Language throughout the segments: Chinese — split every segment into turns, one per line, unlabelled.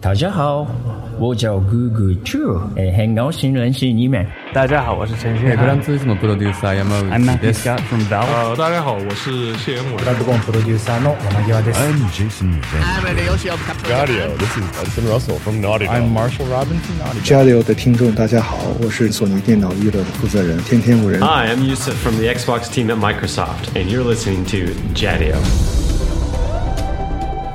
大家好，我叫 Google Chu，哎，很高兴认识你们。
大家好，我是陈
美
轩
グランツーリスモプロデューサー山
哎
I'm
内
Matthew
です
Scott from Valve。
呃，大家好，我是谢元伟。
ドボンプロデューサーの山際です。
I'm Jason Van.
Audio. This is Benson Russell from Naughty Dog.
Marshall Robinson.
Jaleo 的听众，大家好，我是索尼电脑娱乐的负责人天天五人。
Hi, I'm Yusuf from the Xbox team at Microsoft, and you're listening to Jadio.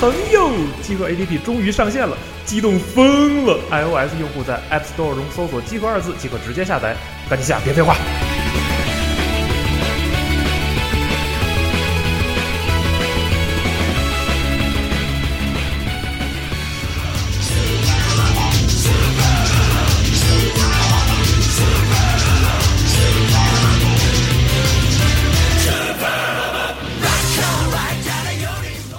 朋友，集合 APP 终于上线了，激动疯了！iOS 用户在 App Store 中搜索“集合”二字即可直接下载，赶紧下，别废话。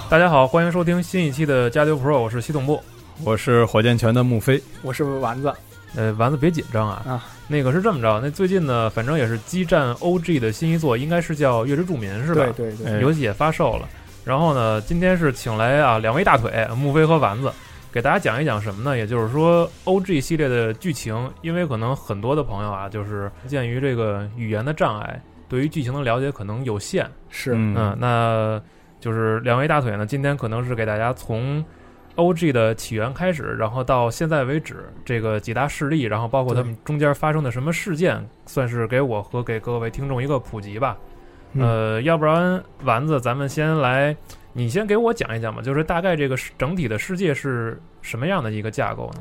大家好，欢迎收听新一期的加丢 Pro，我是系统部。
我是火箭拳的木飞，
我是丸子，
呃，丸子别紧张啊，
啊
那个是这么着，那最近呢，反正也是激战 OG 的新一作，应该是叫《月之著民》是吧？
对对对，
哎
游戏也发售了。然后呢，今天是请来啊两位大腿木飞和丸子，给大家讲一讲什么呢？也就是说，OG 系列的剧情，因为可能很多的朋友啊，就是鉴于这个语言的障碍，对于剧情的了解可能有限。
是
嗯，那就是两位大腿呢，今天可能是给大家从 OG 的起源开始，然后到现在为止这个几大势力，然后包括他们中间发生的什么事件，算是给我和给各位听众一个普及吧。
嗯
呃，要不然丸子，咱们先来，你先给我讲一讲吧，就是大概这个世整体的世界是什么样的一个架构呢？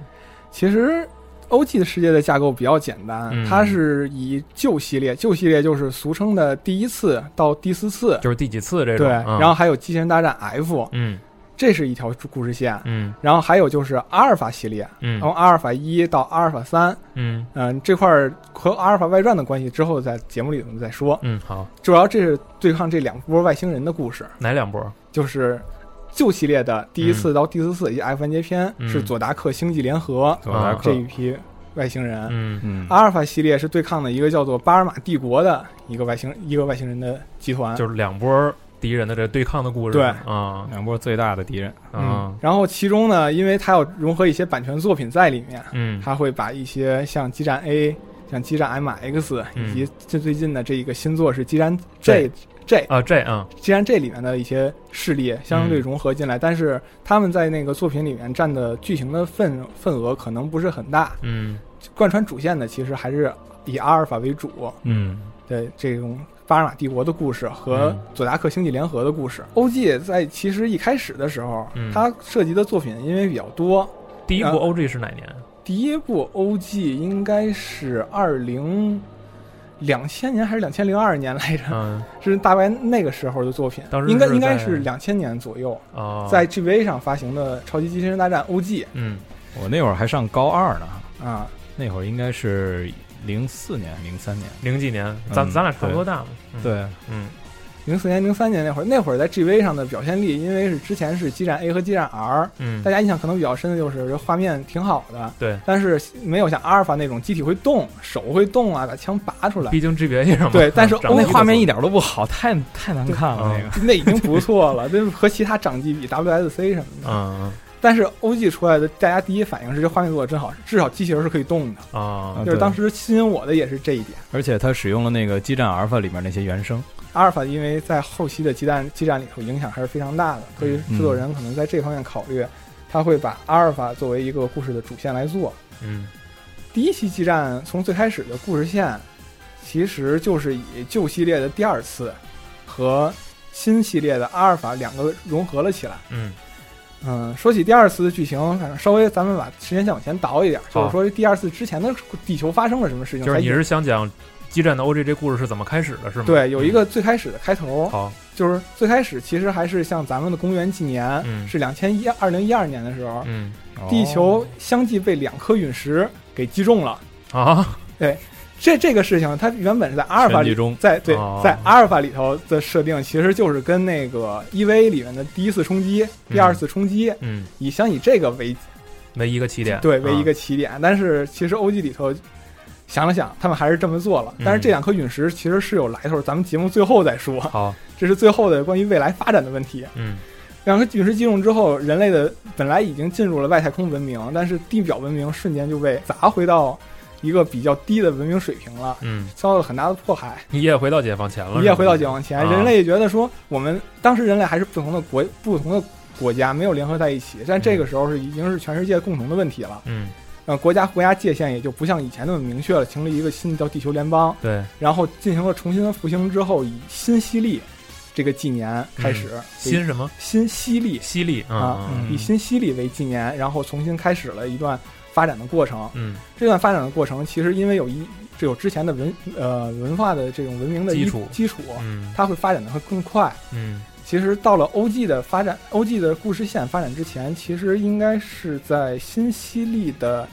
其实 OG 的世界的架构比较简单，
嗯
它是以旧系列，旧系列就是俗称的第一次到第四次，
就是第几次这种？
对，
嗯、
然后还有机器人大战 F，
嗯
这是一条故事线。
嗯
然后还有就是阿尔法系列，
嗯
从阿尔法一到阿尔法三，
嗯
嗯，这块儿和阿尔法外传的关系之后在节目里我们再说。
嗯，好，
主要这是对抗这两波外星人的故事，
哪两波？
就是旧系列的第一次到第四次以及 F 完结篇
嗯
是佐达克星际联合
佐达
这
克，
一批外星人，
啊嗯
嗯，
阿尔法系列是对抗的一个叫做巴尔马帝国的一个外星一个外星人的集团。
就是两波敌人的这对抗的故事。
对
啊
两波最大的敌人，
啊
然后其中呢，因为它要融合一些版权作品在里面，
嗯
它会把一些像激战 A、像激战 MX
嗯
以及最最近的这一个新作是激战
J
J J
啊这啊
激战 J 里面的一些势力相对融合进
嗯
来，但是他们在那个作品里面占的剧情的份份额可能不是很大，
嗯
贯穿主线的其实还是以阿尔法为主。
嗯
的这种巴尔马帝国的故事和
嗯
佐达克星际联合的故事。OG 在其实一开始的时候，
嗯
它涉及的作品因为比较多。
第一部
然后
OG 是哪年？
第一部 OG 应该是二零两千年还是两千零二年来着，
嗯
是大概那个时候的作品
当时。是
应该应该
在
是两千年左右，
哦
在 GBA 上发行的《超级机器人大战 OG
嗯
我那会儿还上高二呢，》
啊，
那会儿应该是零四年、零三年，
零几年，咱
嗯
咱俩差不多大嘛。嗯，
对，
嗯
零四年、零三年那会儿，那会儿在 GBA 上的表现力，因为是之前是激战 A 和激战 R，
嗯
大家印象可能比较深的就是这画面挺好的，
对，
但是没有像阿尔法那种机体会动、手会动啊，把枪拔 出来，
毕竟 GBA 上嘛。
对但是
长
欧
那
得
那
一个
画
画
面
字
一点都不好，太太难看
了
了
那
那
个
个。
那已经不错了，这和其他掌机比 WSC 什么的。
嗯
但是 OG 出来的，大家第一反应是这画面做的真好，至少机器人是可以动的。
啊
啊
嗯就是
对
当时吸引我的也是这一点。
而且它使用了那个激战阿尔法里面那些原声，
阿尔法因为在后期的基站基站里头影响还是非常大的，所以
嗯
制作人可能在这方面考虑，他会把阿尔法作为一个故事的主线来做。
嗯
第一期激战从最开始的故事线，其实就是以旧系列的第二次和新系列的阿尔法两个融合了起来。
嗯
嗯，说起第二次的剧情，反正稍微咱们把时间线往前倒一点，
好
就是说第二次之前的地球发生了什么事情，
就是
才
你是想讲激战的 OG 这故事是怎么开始的，是吗？嗯
对，有一个最开始的开头，
好，
就是最开始其实还是像咱们的公元纪年
嗯
是两千一二零一二年的时候，
嗯，
哦
地球相继被两颗陨石给击中了。
啊，
对，这这个事情它原本是在阿尔法
全
里
集中
在对
哦
在阿尔法里头的设定，其实就是跟那个 EV 里面的第一次冲击、第二次冲击，
嗯，
以想以这个为
为一个起点，
对为
啊
一个起点。但是其实 OG 里头想了想，他们还是这么做了。但是这两颗陨石其实是有来头，咱们节目最后再说。
嗯好，
这是最后的关于未来发展的问题。
嗯
两颗陨石击中之后，人类的本来已经进入了外太空文明，但是地表文明瞬间就被砸回到一个比较低的文明水平了，
嗯，
遭到了很大的迫害。
一夜回到解放前了，
一夜
是吗
回到解放前，
啊
人类觉得说，我们当时人类还是不同的国不同的国家没有联合在一起，但这个时候是已经是全世界共同的问题了。
嗯，
呃，国家国家界限也就不像以前那么明确了，成立一个新的叫地球联邦，
对，
然后进行了重新的复兴之后，以新西历这个纪年开始，
嗯新什么？
新西历
犀利
啊，
嗯
以新西里为纪年，然后重新开始了一段发展的过程。
嗯，
这段发展的过程其实因为有一这有之前的文呃文化的这种文明的
基
一
础
基础，
嗯
它会发展的会更快。
嗯
其实到了 OG 的发展，OG 的故事线发展之前，其实应该是在新西历的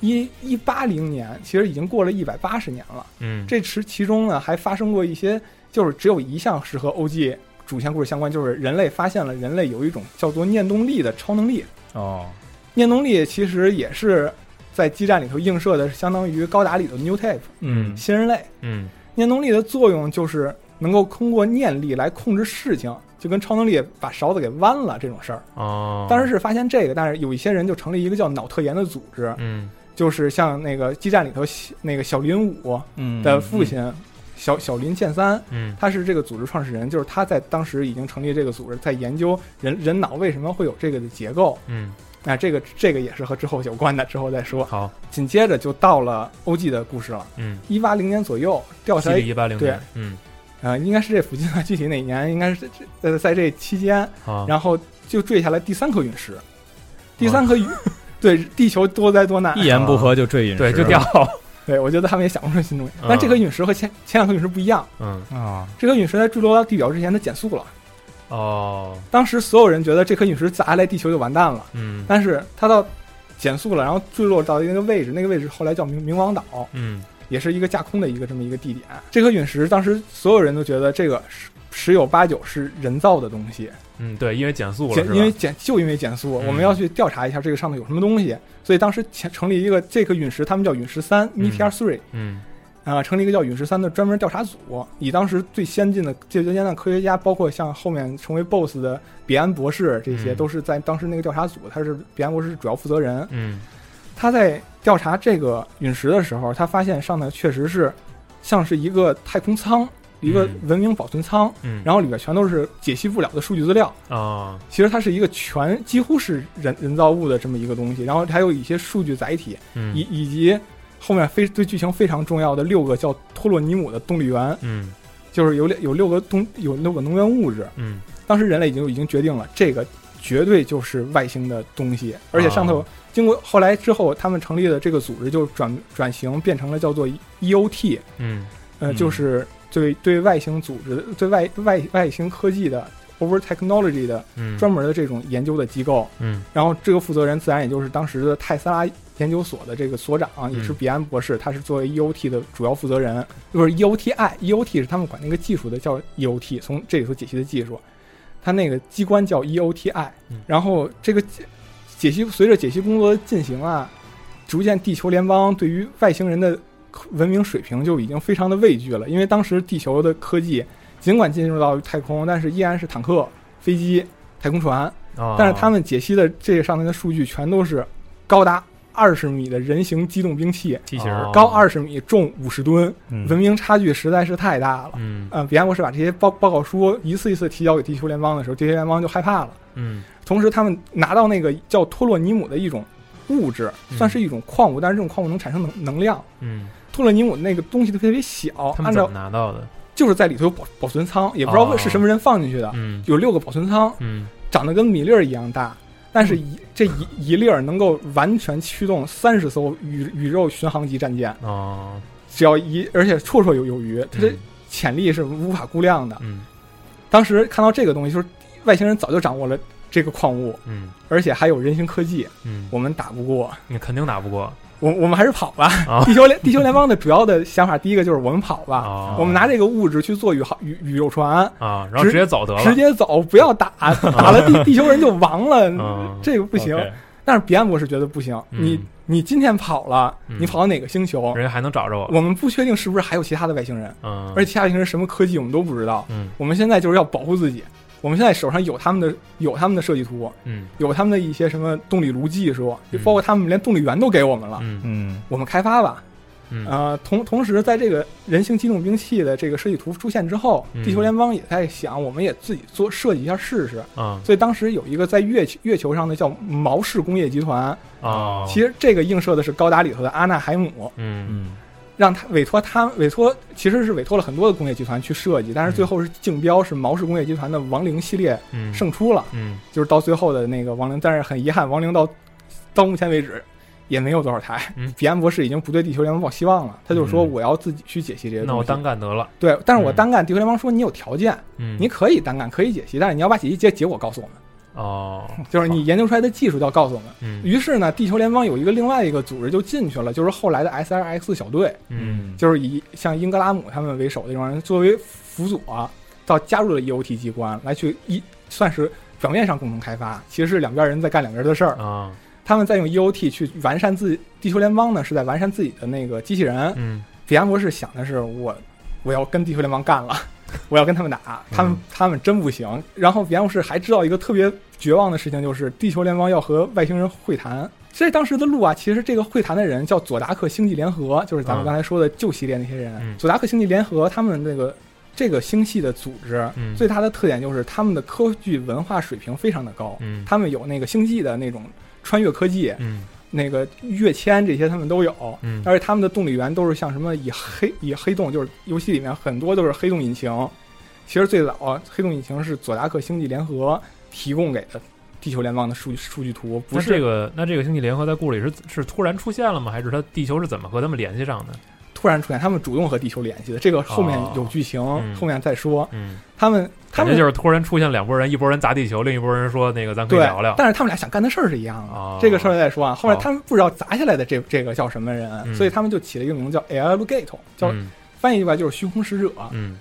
一一八零年，其实已经过了一百八十年了。
嗯，
这其其中呢还发生过一些，就是只有一项是和 OG 主线故事相关，就是人类发现了人类有一种叫做念动力的超能力。
哦，
念动力其实也是在基站里头映射的，相当于高达里的 New Type
嗯
新人类。
嗯
念动力的作用就是能够通过念力来控制事情，就跟超能力把勺子给弯了这种事儿。
哦，
当时是发现这个，但是有一些人就成立一个叫脑特研的组织，
嗯
就是像那个基站里头小那个小林武
嗯
的父亲、小小林健三，
嗯
他是这个组织创始人，就是他在当时已经成立这个组织，在研究人人脑为什么会有这个的结构。
嗯
那、这个这个也是和之后有关的，之后再说。
好
紧接着就到了 OG 的故事了，
嗯，
一八零年左右调查
犀，利一八零
对
年，嗯
呃，应该是这附近啊，具体哪年应该是这这呃在这期间，
好，
然后就坠下来第三颗陨石，第三颗陨，对地球多灾多难
嗯一，言不合就坠陨石，
对就掉，
对我觉得他们也想不出新东西
嗯。
但这颗陨石和前前两颗陨石不一样，
嗯
啊，
这颗陨石在坠落到地表之前它减速了，
哦
当时所有人觉得这颗陨石砸下来地球就完蛋了，
嗯
但是它到减速了，然后坠落到那个位置，那个位置后来叫冥冥王岛。
嗯
也是一个架空的一个这么一个地点。这颗陨石当时所有人都觉得这个十十有八九是人造的东西，
嗯，对，因为减速了
减
是吧，
因为减就因为减速，
嗯
我们要去调查一下这个上头有什么东西。所以当时前成立一个这颗陨石，他们叫陨石三
嗯
（Meteor Three）
嗯
啊、成立一个叫陨石三的专门调查组，以当时最先进的、最尖端的科学家，包括像后面成为 BOSS 的比安博士，这些
嗯
都是在当时那个调查组，他是比安博士主要负责人。
嗯
他在调查这个陨石的时候，他发现上头确实是像是一个太空舱，一个文明保存舱，
嗯，
然后里面全都是解析不了的数据资料。
后啊
其实它是一个全几乎是人人造物的这么一个东西，然后还有一些数据载体，
嗯
以以及后面非对剧情非常重要的六个叫托洛尼姆的动力源，
嗯
就是有有六个东有六个能源物质。
嗯
当时人类已经已经决定了，这个绝对就是外星的东西，而且上头
啊
经过后来之后，他们成立的这个组织就转转型变成了叫做 EOT，
嗯
呃，
嗯
就是对对外星组织、对外外外星科技的 Over Technology 的
嗯，
专门的这种研究的机构。
嗯
然后这个负责人自然也就是当时的泰斯拉研究所的这个所长，啊也是比安博士，他是作为 EOT 的主要负责人，E 就是 EOTI，EOT 是他们管那个技术的叫 EOT，从这里头解析的技术，他那个机关叫 E EOTI
嗯。
然后这个解解析随着解析工作的进行啊，逐渐地球联邦对于外星人的文明水平就已经非常的畏惧了，因为当时地球的科技尽管进入到太空，但是依然是坦克、飞机、太空船。
啊，
但是他们解析的这个上面的数据全都是高达二十米的人形机动兵器，
机器人
哦
儿
高二十米，重五十吨，
嗯
文明差距实在是太大了。
嗯
嗯，比安博士把这些报报告书一次一次提交给地球联邦的时候，地球联邦就害怕了。
嗯
同时，他们拿到那个叫托洛尼姆的一种物质，
嗯
算是一种矿物，但是这种矿物能产生能能量。
嗯，
托洛尼姆那个东西特别特别小，
他们
按
怎
照
么拿到的？
就是在里头有保保存舱，也不知道
哦
是什么人放进去的，
嗯
有六个保存舱，
嗯
长得跟米粒儿一样大，但是一这一一粒儿能够完全驱动三十艘宇宇宙巡航级战舰，
哦
只要一，而且绰绰有有余，它的潜力是无法估量的。
嗯
当时看到这个东西，就是外星人早就掌握了这个矿物，
嗯
而且还有人形科技，
嗯，
我们打不过，
你肯定打不过
我我们还是跑吧。
啊
地球联地球联邦的主要的想法，第一个就是我们跑吧，
哦
我们拿这个物质去做宇航宇宇宙船，
啊，然后直接走得了，
直接走，不要打，打了地地球人就亡了，
嗯
这个不行。
OK
但是彼岸博士觉得不行，
嗯
你你今天跑了，
嗯
你跑到哪个星球？
人家还能找着我，
我们不确定是不是还有其他的外星人，
嗯，
而且其他外星人什么科技我们都不知道。
嗯
我们现在就是要保护自己，我们现在手上有他们的有他们的设计图，
嗯
有他们的一些什么动力炉技术，就包括他们连动力源都给我们了，
嗯
嗯
我们开发吧。
嗯
呃，同同时，在这个人形机动兵器的这个设计图出现之后，
嗯
地球联邦也在想，我们也自己做设计一下试试。
啊
所以当时有一个在月球月球上的叫毛氏工业集团，
啊，
其实这个映射的是高达里头的阿纳海姆，
嗯
嗯
让他委托他委托其实是委托了很多的工业集团去设计，但是最后是竞标是毛氏工业集团的亡灵系列
嗯
胜出了，
嗯
就是到最后的那个亡灵，但是很遗憾，亡灵到到目前为止也没有多少台
嗯。
彼岸博士已经不对地球联邦抱希望了，他就说
嗯
我要自己去解析这些
那我
东西。
单干得了，
对，但是我
嗯
单干，地球联邦说你有条件，
嗯，
你可以单干，可以解析，但是你要把解析结结果告诉我们，
哦，
就是你研究出来的技术要告诉我们。
嗯
于是呢，地球联邦有一个另外一个组织就进去了，就是后来的 S R X 小队，
嗯
就是以像英格拉姆他们为首的这帮人作为辅佐、到加入了 E O T 机关来去一算是表面上共同开发，其实是两边人在干两边的事儿。
啊
他们在用 E O T 去完善自己，地球联邦呢是在完善自己的那个机器人。
嗯
彼岸博士想的是我我要跟地球联邦干了， 我要跟他们打，他
嗯
们他们真不行。然后彼岸博士还知道一个特别绝望的事情，就是地球联邦要和外星人会谈。所以当时的路啊，其实这个会谈的人叫佐达克星际联合，就是咱们
嗯
刚才说的旧系列那些人。
嗯
佐达克星际联合他们那个这个星系的组织，
嗯
最大的特点就是他们的科技文化水平非常的高，
嗯
他们有那个星际的那种穿越科技，
嗯
那个跃迁这些他们都有。
嗯
而且他们的动力源都是像什么以黑以黑洞，就是游戏里面很多都是黑洞引擎。其实最早啊黑洞引擎是佐达克星际联合提供给的地球联邦的数据数据图，不
那
是
这个，那这个星际联合在故事里是是突然出现了吗？还是它地球是怎么和他们联系上的？
突然出现，他们主动和地球联系的。这个后面
哦
有剧情，
嗯
后面再说。
嗯，
他们他
感
们
觉就是突然出现两拨人，一拨人砸地球，另一拨人说那个咱可以
对
聊聊。
但是他们俩想干的事儿是一样的。
哦
这个事儿再说啊。后来
好
他们不知道砸下来的这这个叫什么人，
嗯
所以他们就起了一个名字叫 Air Gate，叫、
嗯
翻译过来就是虚空使者。
嗯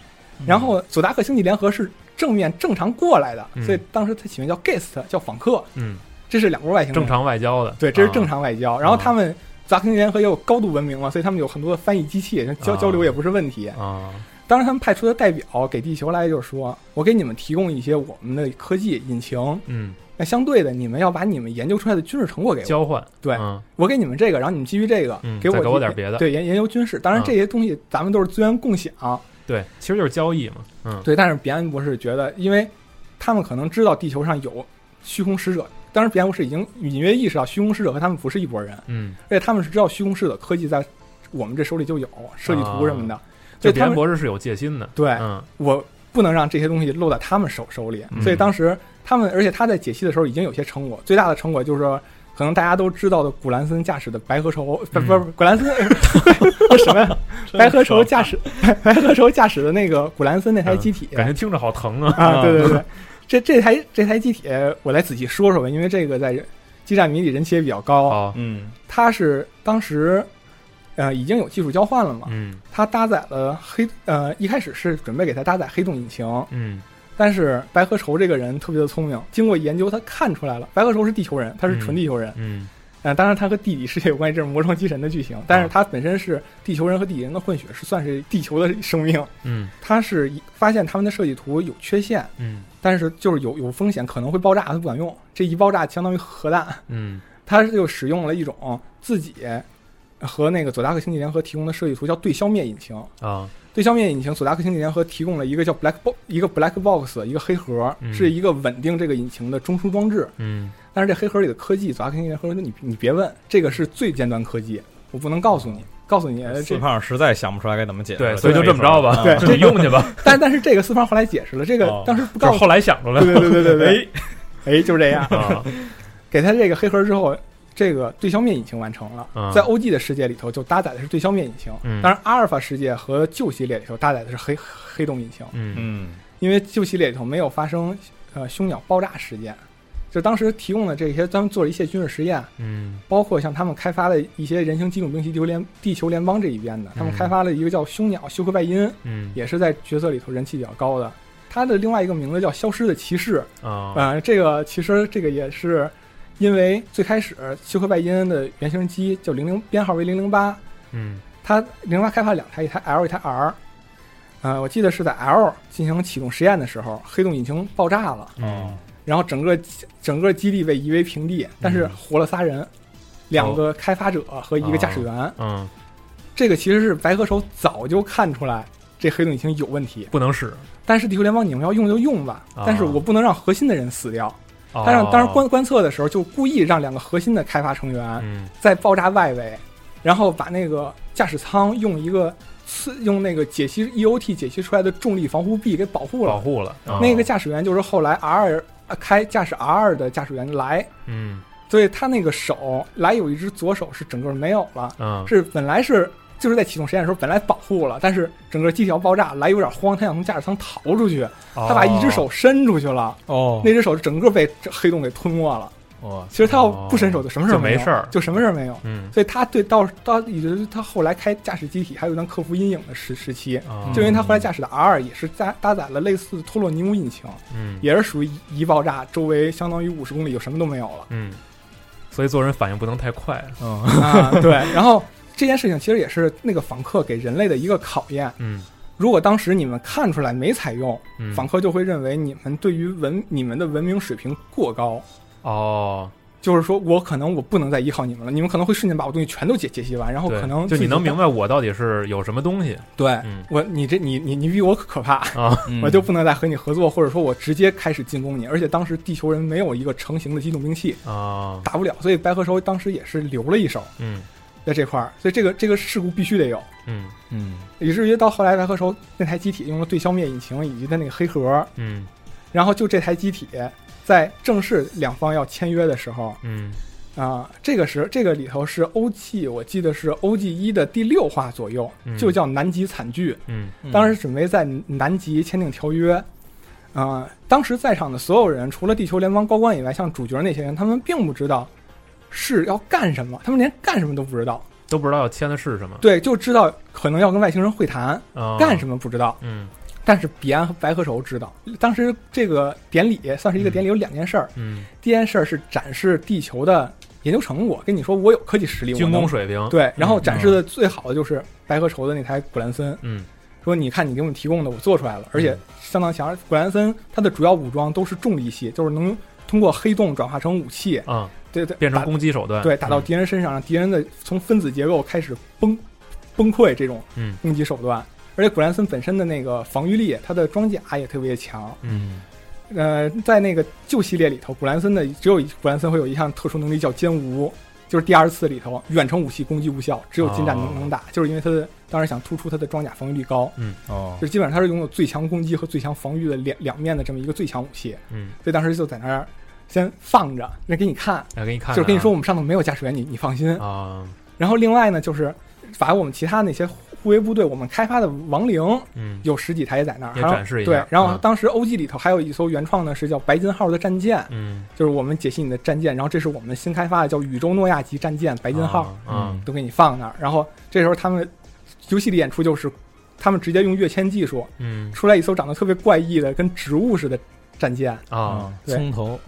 然后佐达克星际联合是正面正常过来的，
嗯
所以当时它起名叫 guest，叫访客，
嗯，
这是两国外星人。
正常外交的，
对，这是
啊
正。常外交。然后他们佐达克星际联合也有高度文明嘛，所以他们有很多的翻译机器，交
啊
交流也不是问题。
啊，
当时他们派出的代表给地球来就是说，我给你们提供一些我们的科技引擎，
嗯，
那相对的你们要把你们研究出来的军事成果给我，
交换，
对
嗯
我给你们这个，然后你们基于这个
嗯
给我
再给我
一
点别的
对研研究军事。当然
啊
这些东西咱们都是资源共享。
对，其实就是交易嘛，嗯，
对，但是彼岸博士觉得，因为他们可能知道地球上有虚空使者，当然彼岸博士已经隐约意识到虚空使者和他们不是一拨人，
嗯，
而且他们是知道虚空使者科技在我们这手里就有设计图什么的，
啊
所
就
以
彼
他
岸
们
博士是有戒心的，
对、
嗯
我不能让这些东西落在他们手手里，
嗯
所以当时他们，而且他在解析的时候已经有些成果，最大的成果就是说。可能大家都知道的，古兰森驾驶的白河愁，呃
嗯
不不不，古 兰森什么呀？白河愁驾驶，白河愁驾驶的那个古兰森那台机体，
嗯感觉听着好疼啊，
啊，对对对，这这台这台机体，我来仔细说说吧，因为这个在人激战迷里人气也比较高。
好，
嗯
它是当时呃已经有技术交换了嘛，
嗯
它搭载了黑呃一开始是准备给它搭载黑洞引擎，
嗯
但是白河愁这个人特别的聪明，经过研究他看出来了，白河愁是地球人，他是纯地球人，
嗯
呃，当然他和地理世界有关系，这是魔创机神的剧情，
啊
但是他本身是地球人和地底人的混血，是算是地球的生命，
嗯
他是一发现他们的设计图有缺陷。
嗯
但是就是有有风险，可能会爆炸，它不管用。这一爆炸相当于核弹，
嗯
它就使用了一种自己和那个佐达克星际联合提供的设计图，叫对消灭引擎。
啊，
对消灭引擎，佐达克星际联合提供了一个叫 black box，一个 black box，一个黑盒，
嗯
是一个稳定这个引擎的中枢装置。
嗯
但是这黑盒里的科技，佐达克星际联合说你你别问，这个是最尖端科技，我不能告诉你，告诉你呃
四
这。
胖实在想不出来该怎么解释了，
对， 所以就啊这么着吧，
对
你用去吧，
但但是这个四方后来解释了，这个
哦
当时不
就
告
是
诉
后，来想出来
对对对对
哎，
对，哎，就是这样。
啊，
给他这个黑盒之后，这个对消灭引擎完成了，
嗯
在 OG 的世界里头就搭载的是对消灭引擎，
嗯
当然阿尔法世界和旧系列里头搭载的是黑黑洞引擎，
嗯嗯，
因为旧系列里头没有发生呃凶鸟爆炸事件，就当时提供的这些，他们做了一些军事实验，
嗯
包括像他们开发的一些人形机动兵器地球联地球联邦这一边的，他们开发了一个叫凶鸟休克拜因，
嗯
也是在角色里头人气比较高的。它的另外一个名字叫消失的骑士，
啊
呃，这个其实这个也是因为最开始休克拜因的原型机叫零零编号为零零八，
嗯
它零八开发了两台，一台 L 一台 R。呃，我记得是在 L 进行启动实验的时候，黑洞引擎爆炸了，
哦
然后整个整个基地被夷为平地，但
嗯
是活了仨人，两
哦
个开发者和一个驾驶员。
嗯，
这个其实是白河手早就看出来这黑洞引擎有问题，
不能使
但是地球联邦你们要用就用吧，
哦
但是我不能让核心的人死掉。
哦
但是当时观观测的时候，就故意让两个核心的开发成员
嗯
在爆炸外围，然后把那个驾驶舱用一个刺用那个解析 EOT 解析出来的重力防护壁给保护了。
保护了哦
那个驾驶员就是后来 R 呃开驾驶 R 的驾驶员来，
嗯
所以他那个手来有一只左手是整个没有了，
嗯
是本来是就是在启动实验的时候本来保护了，但是整个机体要爆炸，来有点慌，他想从驾驶舱逃出去，他把一只手伸出去了，
哦
那只手整个被这黑洞给吞没了。
哇
其实他要不伸手就什么事儿
哦就没
有
事儿
就什么事儿没有。
嗯
所以他对到到一直他后来开驾驶机体还有一段克服阴影的时时期，
哦
就因为他后来驾驶的 R 也是搭搭载了类似托洛尼姆引擎，
嗯
也是属于一爆炸，周围相当于五十公里就什么都没有了。
嗯，所以做人反应不能太快。嗯
啊，对。然后这件事情其实也是那个访客给人类的一个考验。
嗯，
如果当时你们看出来没采用，
嗯
访客就会认为你们对于文你们的文明水平过高，
哦，
就是说我可能我不能再依靠你们了，你们可能会瞬间把我东西全都解解析完，然后
对
可能
就
自己
你能
干
明白我到底是有什么东西。
对、
嗯
我，你这你你你比我可怕
啊
嗯
我就不能再和你合作，或者说我直接开始进攻你。而且当时地球人没有一个成型的机动兵器，
啊，
打不了，所以白河手当时也是留了一手
嗯
在这块儿，所以这个这个事故必须得有，
嗯嗯
以至于到后来白河手那台机体用了对消灭引擎以及它那个黑盒，
嗯
然后就这台机体在正式两方要签约的时候，
嗯
啊、这个是这个里头是 OG，我记得是 OG 一的第六话左右，
嗯
就叫南极惨剧。
嗯
当时准备在南极签订条约。啊、当时在场的所有人，除了地球联邦高官以外，像主角那些人，他们并不知道是要干什么，他们连干什么都不知道。
都不知道要签的是什么。
对，就知道可能要跟外星人会谈，
哦
干什么不知道。
嗯
但是彼岸和白河手知道，当时这个典礼算是一个典礼，有两件事儿。
嗯
第一件事儿是展示地球的研究成果，跟你说我有科技实力，我
军工
能
水平
对
嗯，
然后展示的最好的就是白河愁的那台古兰森，
嗯，
说你看你给我们提供的，我做出来了，而且相当强。古兰森它的主要武装都是重力系，就是能通过黑洞转化成武器，
啊，
对对，
变成嗯
打
攻击手段
对，打到敌人身上，让敌人的从分子结构开始崩崩溃这种
嗯
攻击手段。而且古兰森本身的那个防御力，它的装甲也特别强，
嗯
呃，在那个旧系列里头，古兰森的只有一古兰森会有一项特殊能力叫歼无，就是第二次里头远程武器攻击无效，只有近战能、
哦
能打，就是因为他的当时想突出他的装甲防御力高，
嗯哦
就是基本上他是拥有最强攻击和最强防御的两两面的这么一个最强武器，
嗯
所以当时就在那儿先放着，那给你看，
来给你看看啊，
就是跟你说我们上头没有驾驶员，你你放心
啊。
然后另外呢，就是把我们其他那些护卫部队，我们开发的亡灵，
嗯
有十几台也在那儿，
也
然后
展示一下
对，然后
嗯
当时 OG 里头还有一艘原创的是叫白金号的战舰，
嗯，
就是我们解析你的战舰，然后这是我们新开发的叫宇宙诺亚级战舰白金号，
啊嗯
都给你放那儿。然后这时候他们游戏里演出就是他们直接用跃迁技术，
嗯
出来一艘长得特别怪异的跟植物似的战舰
啊
对
葱头。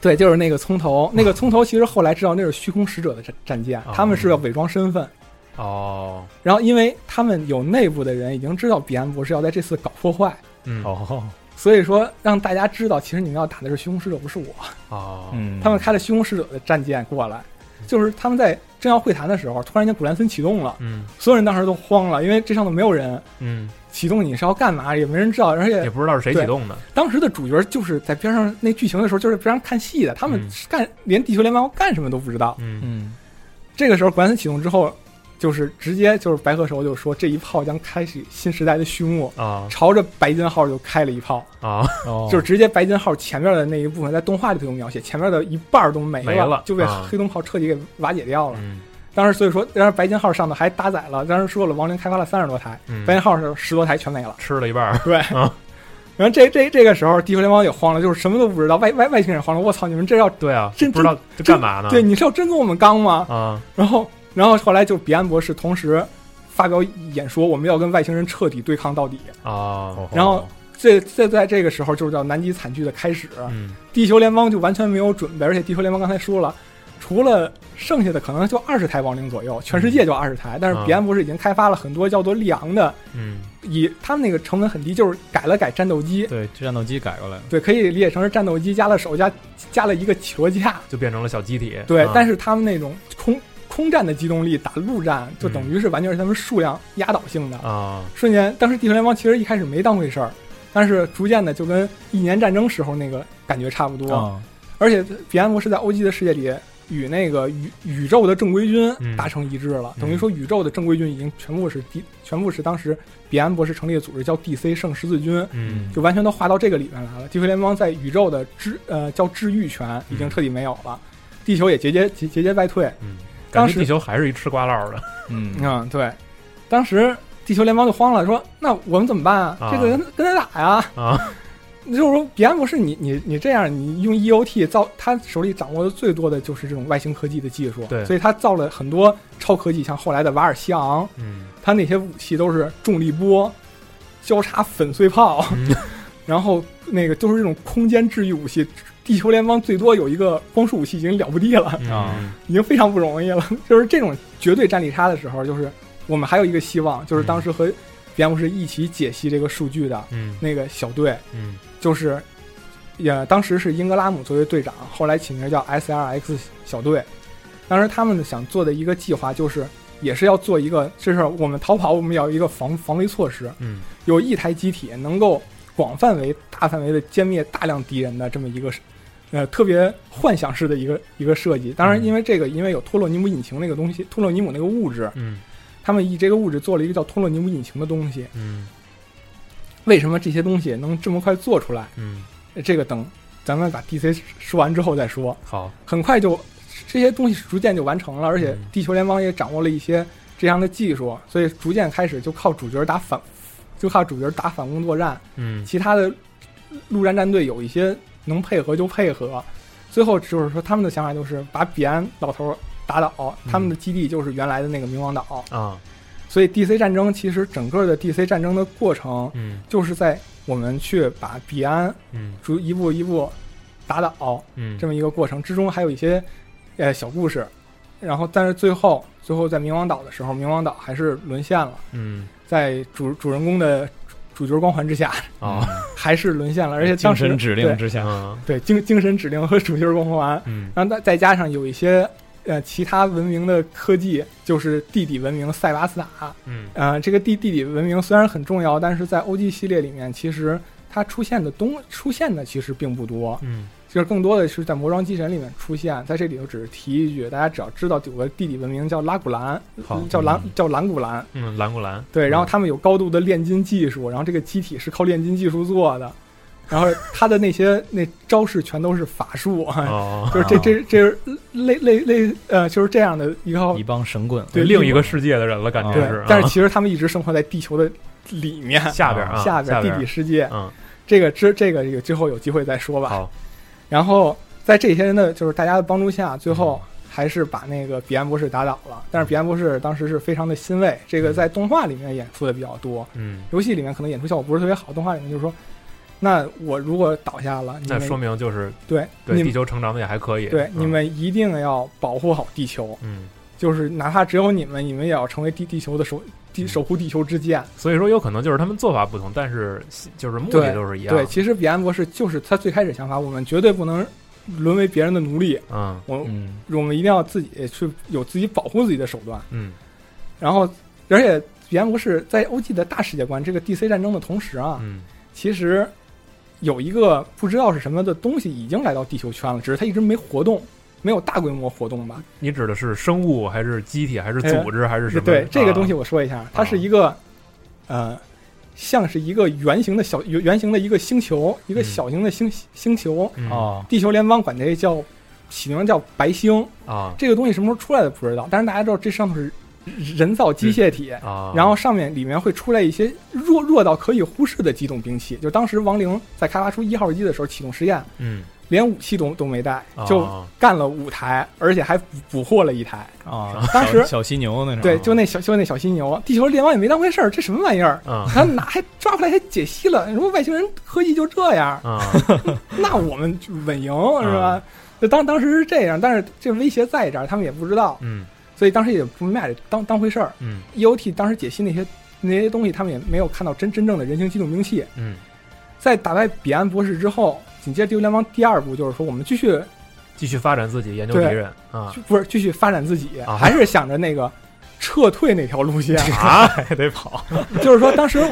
对，就是那个葱头，那个葱头其实后来知道那是虚空使者的战战舰，他们是要伪装身份，
哦，
然后因为他们有内部的人已经知道彼岸博士要在这次搞破坏，
嗯哦
所以说让大家知道，其实你们要打的是虚空使者，不是我。
哦，
啊
嗯
他们开了虚空使者的战舰过来，
嗯
就是他们在正要会谈的时候，突然间古兰森启动了，
嗯
所有人当时都慌了，因为这上头没有人。
嗯
启动你是要干嘛？也没人知道，而且
也不知道是谁启动的
对当时的主角就是在边上那剧情的时候，就是边上看戏的，他们干、连地球联邦要干什么都不知道。
嗯
这个时候古兰森启动之后，就是直接就是白鹤手就说这一炮将开启新时代的序幕
啊，
朝着白金号就开了一炮
啊，
哦
就是直接白金号前面的那一部分，在动画里头有描写，前面的一半儿都没
没了
就被
啊
黑洞炮彻底给瓦解掉了。
嗯
当时所以说，当时白金号上头还搭载了，当时说了亡灵开发了三十多台，
嗯
白金号是十多台全没了，
吃了一半儿，
对
啊，
然后这这这个时候，地球联邦也慌了，就是什么都不知道，外外外星人也慌了，我操，你们这要
对啊，
真
不知道这干嘛呢？
对，你是要真跟我们刚吗？
啊，
然后然后后来就彼岸博士同时发表演说，我们要跟外星人彻底对抗到底。
啊，
然后这这在这个时候就是叫南极惨剧的开始，
嗯
地球联邦就完全没有准备，而且地球联邦刚才说了，除了剩下的可能就二十台亡灵左右，全世界就二十台，但是
啊
彼岸博士已经开发了很多叫做利昂的，
嗯，
以他们那个成本很低，就是改了改战斗机，
对，战斗机改过来了，
对，可以理解成是战斗机加了手加加了一个起落架，
就变成了小机体。
对，
啊
但是他们那种空空战的机动力打陆战，就等
嗯
于是完全是他们数量压倒性的。
啊，
瞬间，当时地球联邦其实一开始没当回事儿，但是逐渐的就跟一年战争时候那个感觉差不多。
啊
而且彼岸博士在欧基的世界里与那个宇宇宙的正规军
嗯
达成一致了，
嗯
等于说宇宙的正规军已经全部是第全部是当时彼岸博士成立的组织叫 DC 圣十字军，
嗯
就完全都划到这个里面来了。地球联邦在宇宙的治呃叫治愈权已经彻底没有了，地球也节节节节节败退。
嗯，感
当
觉
时
地球还是一吃瓜唠的，
嗯
嗯，对，当时地球联邦就慌了，说那我们怎么办啊？
啊
这个跟跟他打呀？
啊，
就是说，彼岸博士，你你你这样，你用 EOT 造，他手里掌握的最多的就是这种外星科技的技术，
对
所以他造了很多超科技，像后来的瓦尔西昂，
嗯，
他那些武器都是重力波、交叉粉碎炮， 然后那个都是这种空间治愈武器。地球联邦最多有一个光束武器已经了不地了，
啊，
已经非常不容易了。 就是这种绝对战力差的时候，就是我们还有一个希望，就是当时和蝙蝠士一起解析这个数据的
嗯
那个小队，
嗯
就是也当时是英格拉姆作为队长，后来起名叫 SLX 小队。当时他们想做的一个计划就是，也是要做一个，这是我们逃跑，我们要有一个防防卫措施，
嗯，
有一台机体能够广范围、大范围的歼灭大量敌人的这么一个，呃，特别幻想式的一个一个设计。当然，因为这个，因为有托洛尼姆引擎那个东西，托洛尼姆那个物质，
嗯
他们以这个物质做了一个叫托洛尼姆引擎的东西。
嗯
为什么这些东西能这么快做出来？
嗯，
这个等咱们把 DC 说完之后再说。
好，
很快就这些东西逐渐就完成了，而
嗯
且地球联邦也掌握了一些这样的技术，所以逐渐开始就靠主角打反，就靠主角打反攻作战。
嗯
其他的陆战战队有一些能配合就配合。最后就是说，他们的想法就是把彼岸老头儿打倒，
嗯
他们的基地就是原来的那个冥王岛。
啊，
所以 DC 战争其实整个的 DC 战争的过程，
嗯
就是在我们去把彼岸
嗯
逐一步一步打倒，
嗯
这么一个过程之中，还有一些呃小故事，然后但是最后最后在冥王岛的时候，冥王岛还是沦陷了，
嗯
在主主人公的主主角光环之下，
啊，
还是沦陷了，而且
精
当时
神指令之
对
下，
对精精神指令和主角光环，
嗯
然后再再加上有一些呃其他文明的科技，就是地底文明塞瓦斯塔，
嗯
呃，这个地地理文明虽然很重要，但是在 OG 系列里面，其实它出现的东出现的其实并不多，
嗯
就是更多的是在《魔装机神》里面出现，在这里头只是提一句，大家只要知道有个地理文明叫拉古兰，
好
叫兰叫兰古兰，
嗯，蓝古蓝，
对，然后他们有高度的炼金技术，然后这个机体是靠炼金技术做的，然后他的那些那招式全都是法术，
哦
就是这这这是类类类呃，就是这样的一个
嗯
一帮神棍，
对
另一个世界的人了，感觉
啊对
是，，啊
但是其实他们一直生活在地球的里面
下边啊
下
下
边
边
地底世界，
嗯
这个之这个有之后有机会再说吧。
好，
然后在这些人的就是大家的帮助下，最后
嗯
还是把那个彼岸博士打倒了。但是彼岸博士当时是非常的欣慰，这个在动画里面演出的比较多，
嗯，
游戏里面可能演出效果不是特别好。动画里面就是说，那我如果倒下了，你
那
们
说明就是
对
对
你
地
们
球成长的也还可以，
对
嗯
你们一定要保护好地球，
嗯，
就是哪怕只有你们，你们也要成为地地球的守
嗯
地守护地球之剑。
所以说有可能就是他们做法不同，但是就是目
对
的都是一样，
对，其实彼岸博士就是他最开始想法，我们绝对不能沦为别人的奴隶。
嗯
我、
嗯
我们一定要自己去有自己保护自己的手段。
嗯
然后，而且彼岸博士在 OG 的大世界观这个 DC 战争的同时啊，
嗯
其实有一个不知道是什么的东西已经来到地球圈了，只是它一直没活动。没有大规模活动吧？
你指的是生物还是机体还是组织还是什么？
哎对这个东西，
啊
我说一下，它是一个，呃，像是一个圆形的小圆圆形的一个星球，一个小型的星星球。
嗯哦
地球联邦管这叫起名叫白星。
啊，
这个东西什么时候出来的不知道，但是大家知道这上头是人造机械体，
啊
然后上面里面会出来一些弱弱到可以忽视的机动兵器。就当时亡灵在开发出一号机的时候启动实验，
嗯，
连武器都都没带
啊，
就干了五台，而且还捕捕获了一台。
啊
当时
小小犀牛那种，
对，就那小就那小犀牛，地球联邦也没当回事儿，这什么玩意儿？
啊
他拿还抓回来还解析了，什么外星人科技就这样？
啊，
那我们就稳赢
嗯
是吧？就当当时是这样，但是这威胁在这儿，他们也不知道，
嗯
所以当时也不卖这当当回事儿。
嗯
EOT 当时解析那些那些东西，他们也没有看到真真正的人形机动兵器。
嗯，
在打败彼岸博士之后，紧接着地球联邦第二步就是说，我们继续
啊继续发展自己，研究敌
对
人啊
就不是继续发展自己，
啊
还是想着那个撤退那条路 线。
啊，还得跑，
就是说，当时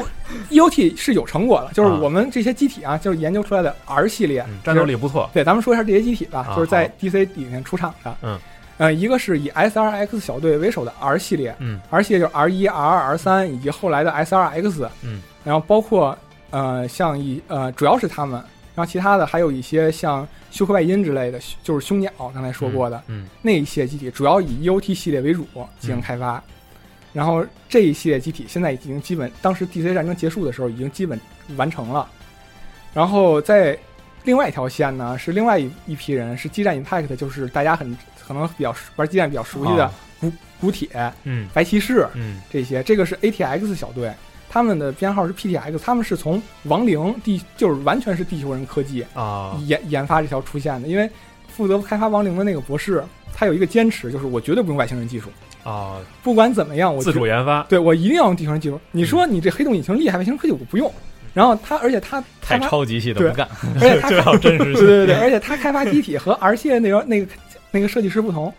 EOT 是有成果的，就是我们这些机体啊，就是研究出来的 R 系列
嗯战斗力。不错
嗯就是，对，咱们说一下这些机体吧
啊，
就是在 DC 里面出场的。
嗯，
呃，一个是以 SRX 小队为首的 R 系列，
嗯
，R 系列就是 R 一、R 二、R 三以及后来的 SRX，
嗯，
然后包括呃，像以呃，主要是他们，然后其他的还有一些像休克外因之类的，就是凶鸟刚才说过的，
嗯
那一系列机体主要以 EOT 系列为主进行开发，然后这一系列机体现在已经基本，当时 DC 战争结束的时候已经基本完成了，然后在另外一条线呢是另外一一批人是激战 Impact，就是大家很可能比较熟玩激战比较熟悉的
啊
古古铁、
嗯
白骑士
嗯
这些，这个是 ATX 小队。他们的编号是 PTX，他们是从亡灵地就是完全是地球人科技
啊
研研发这条出现的，因为负责开发亡灵的那个博士，他有一个坚持，就是我绝对不用外星人技术，
啊，
不管怎么样，我
自主
觉得
研发
对我一定要用地球人技术。你说
嗯
你这黑洞引擎厉害，外星人科技我不用。然后他，而且他
太
开发
超级系的
对
不干，
而且他
这要真实
对
性
对对，而且他开发机体和 R 系列那个那个那个设计师不同，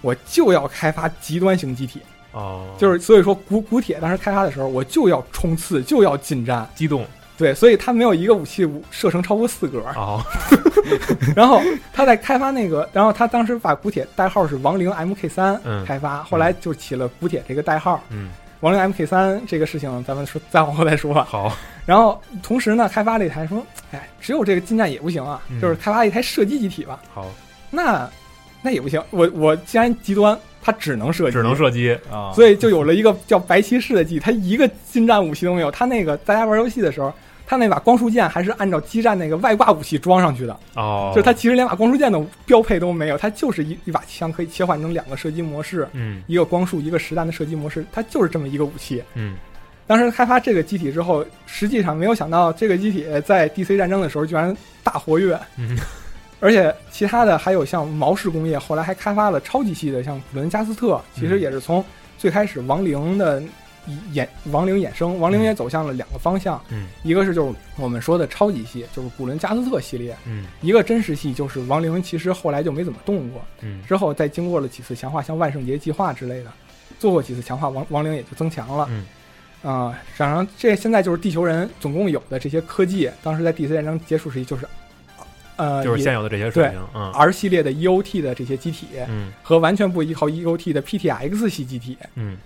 我就要开发极端型机体，
哦，
就是所以说古古铁当时开发的时候，我就要冲刺，就要近战，
激 动
对，所以他没有一个武器射程超过 四格，
哦，
然后他在开发那个，然后他当时把古铁代号是亡灵 MK 三
嗯
开发，后来就起了古铁这个代号。
嗯，
亡灵 MK 三这个事情咱们说再往后再说。
好，
然后同时呢，开发了一台说，哎，只有这个近战也不行啊，
嗯
就是开发一台射击机体吧。
好，
那那也不行，我我既然极端，它只能射击，
只能射击啊，
所以就有了一个叫白骑士的技，它一个近战武器都没有。它那个大家玩游戏的时候，它那把光束剑还是按照基站那个外挂武器装上去的，
哦，
就是它其实连把光束剑的标配都没有，它就是一一把枪可以切换成两个射击模式，
嗯
一个光束一个实弹的射击模式，它就是这么一个武器。
嗯
当时开发这个机体之后，实际上没有想到这个机体在 DC 战争的时候居然大活跃，
嗯
而且其他的还有像毛氏工业，后来还开发了超级系的，像普伦加斯特，
嗯
其实也是从最开始亡灵的衍亡灵衍生，亡灵也走向了两个方向，
嗯
一个是就是我们说的超级系，就是古伦加斯特系列，
嗯
一个真实系就是亡灵其实后来就没怎么动过，
嗯
之后再经过了几次强化，像万圣节计划之类的，做过几次强化，亡亡灵也就增强了。
嗯，
啊、然后这现在就是地球人总共有的这些科技，当时在第四战争结束时期就是，呃，
就是现
有
有的这些水平，嗯
R 系列的 EOT 的这些机体，
嗯
和完全不依靠 EOT 的 PTX 系机体。
嗯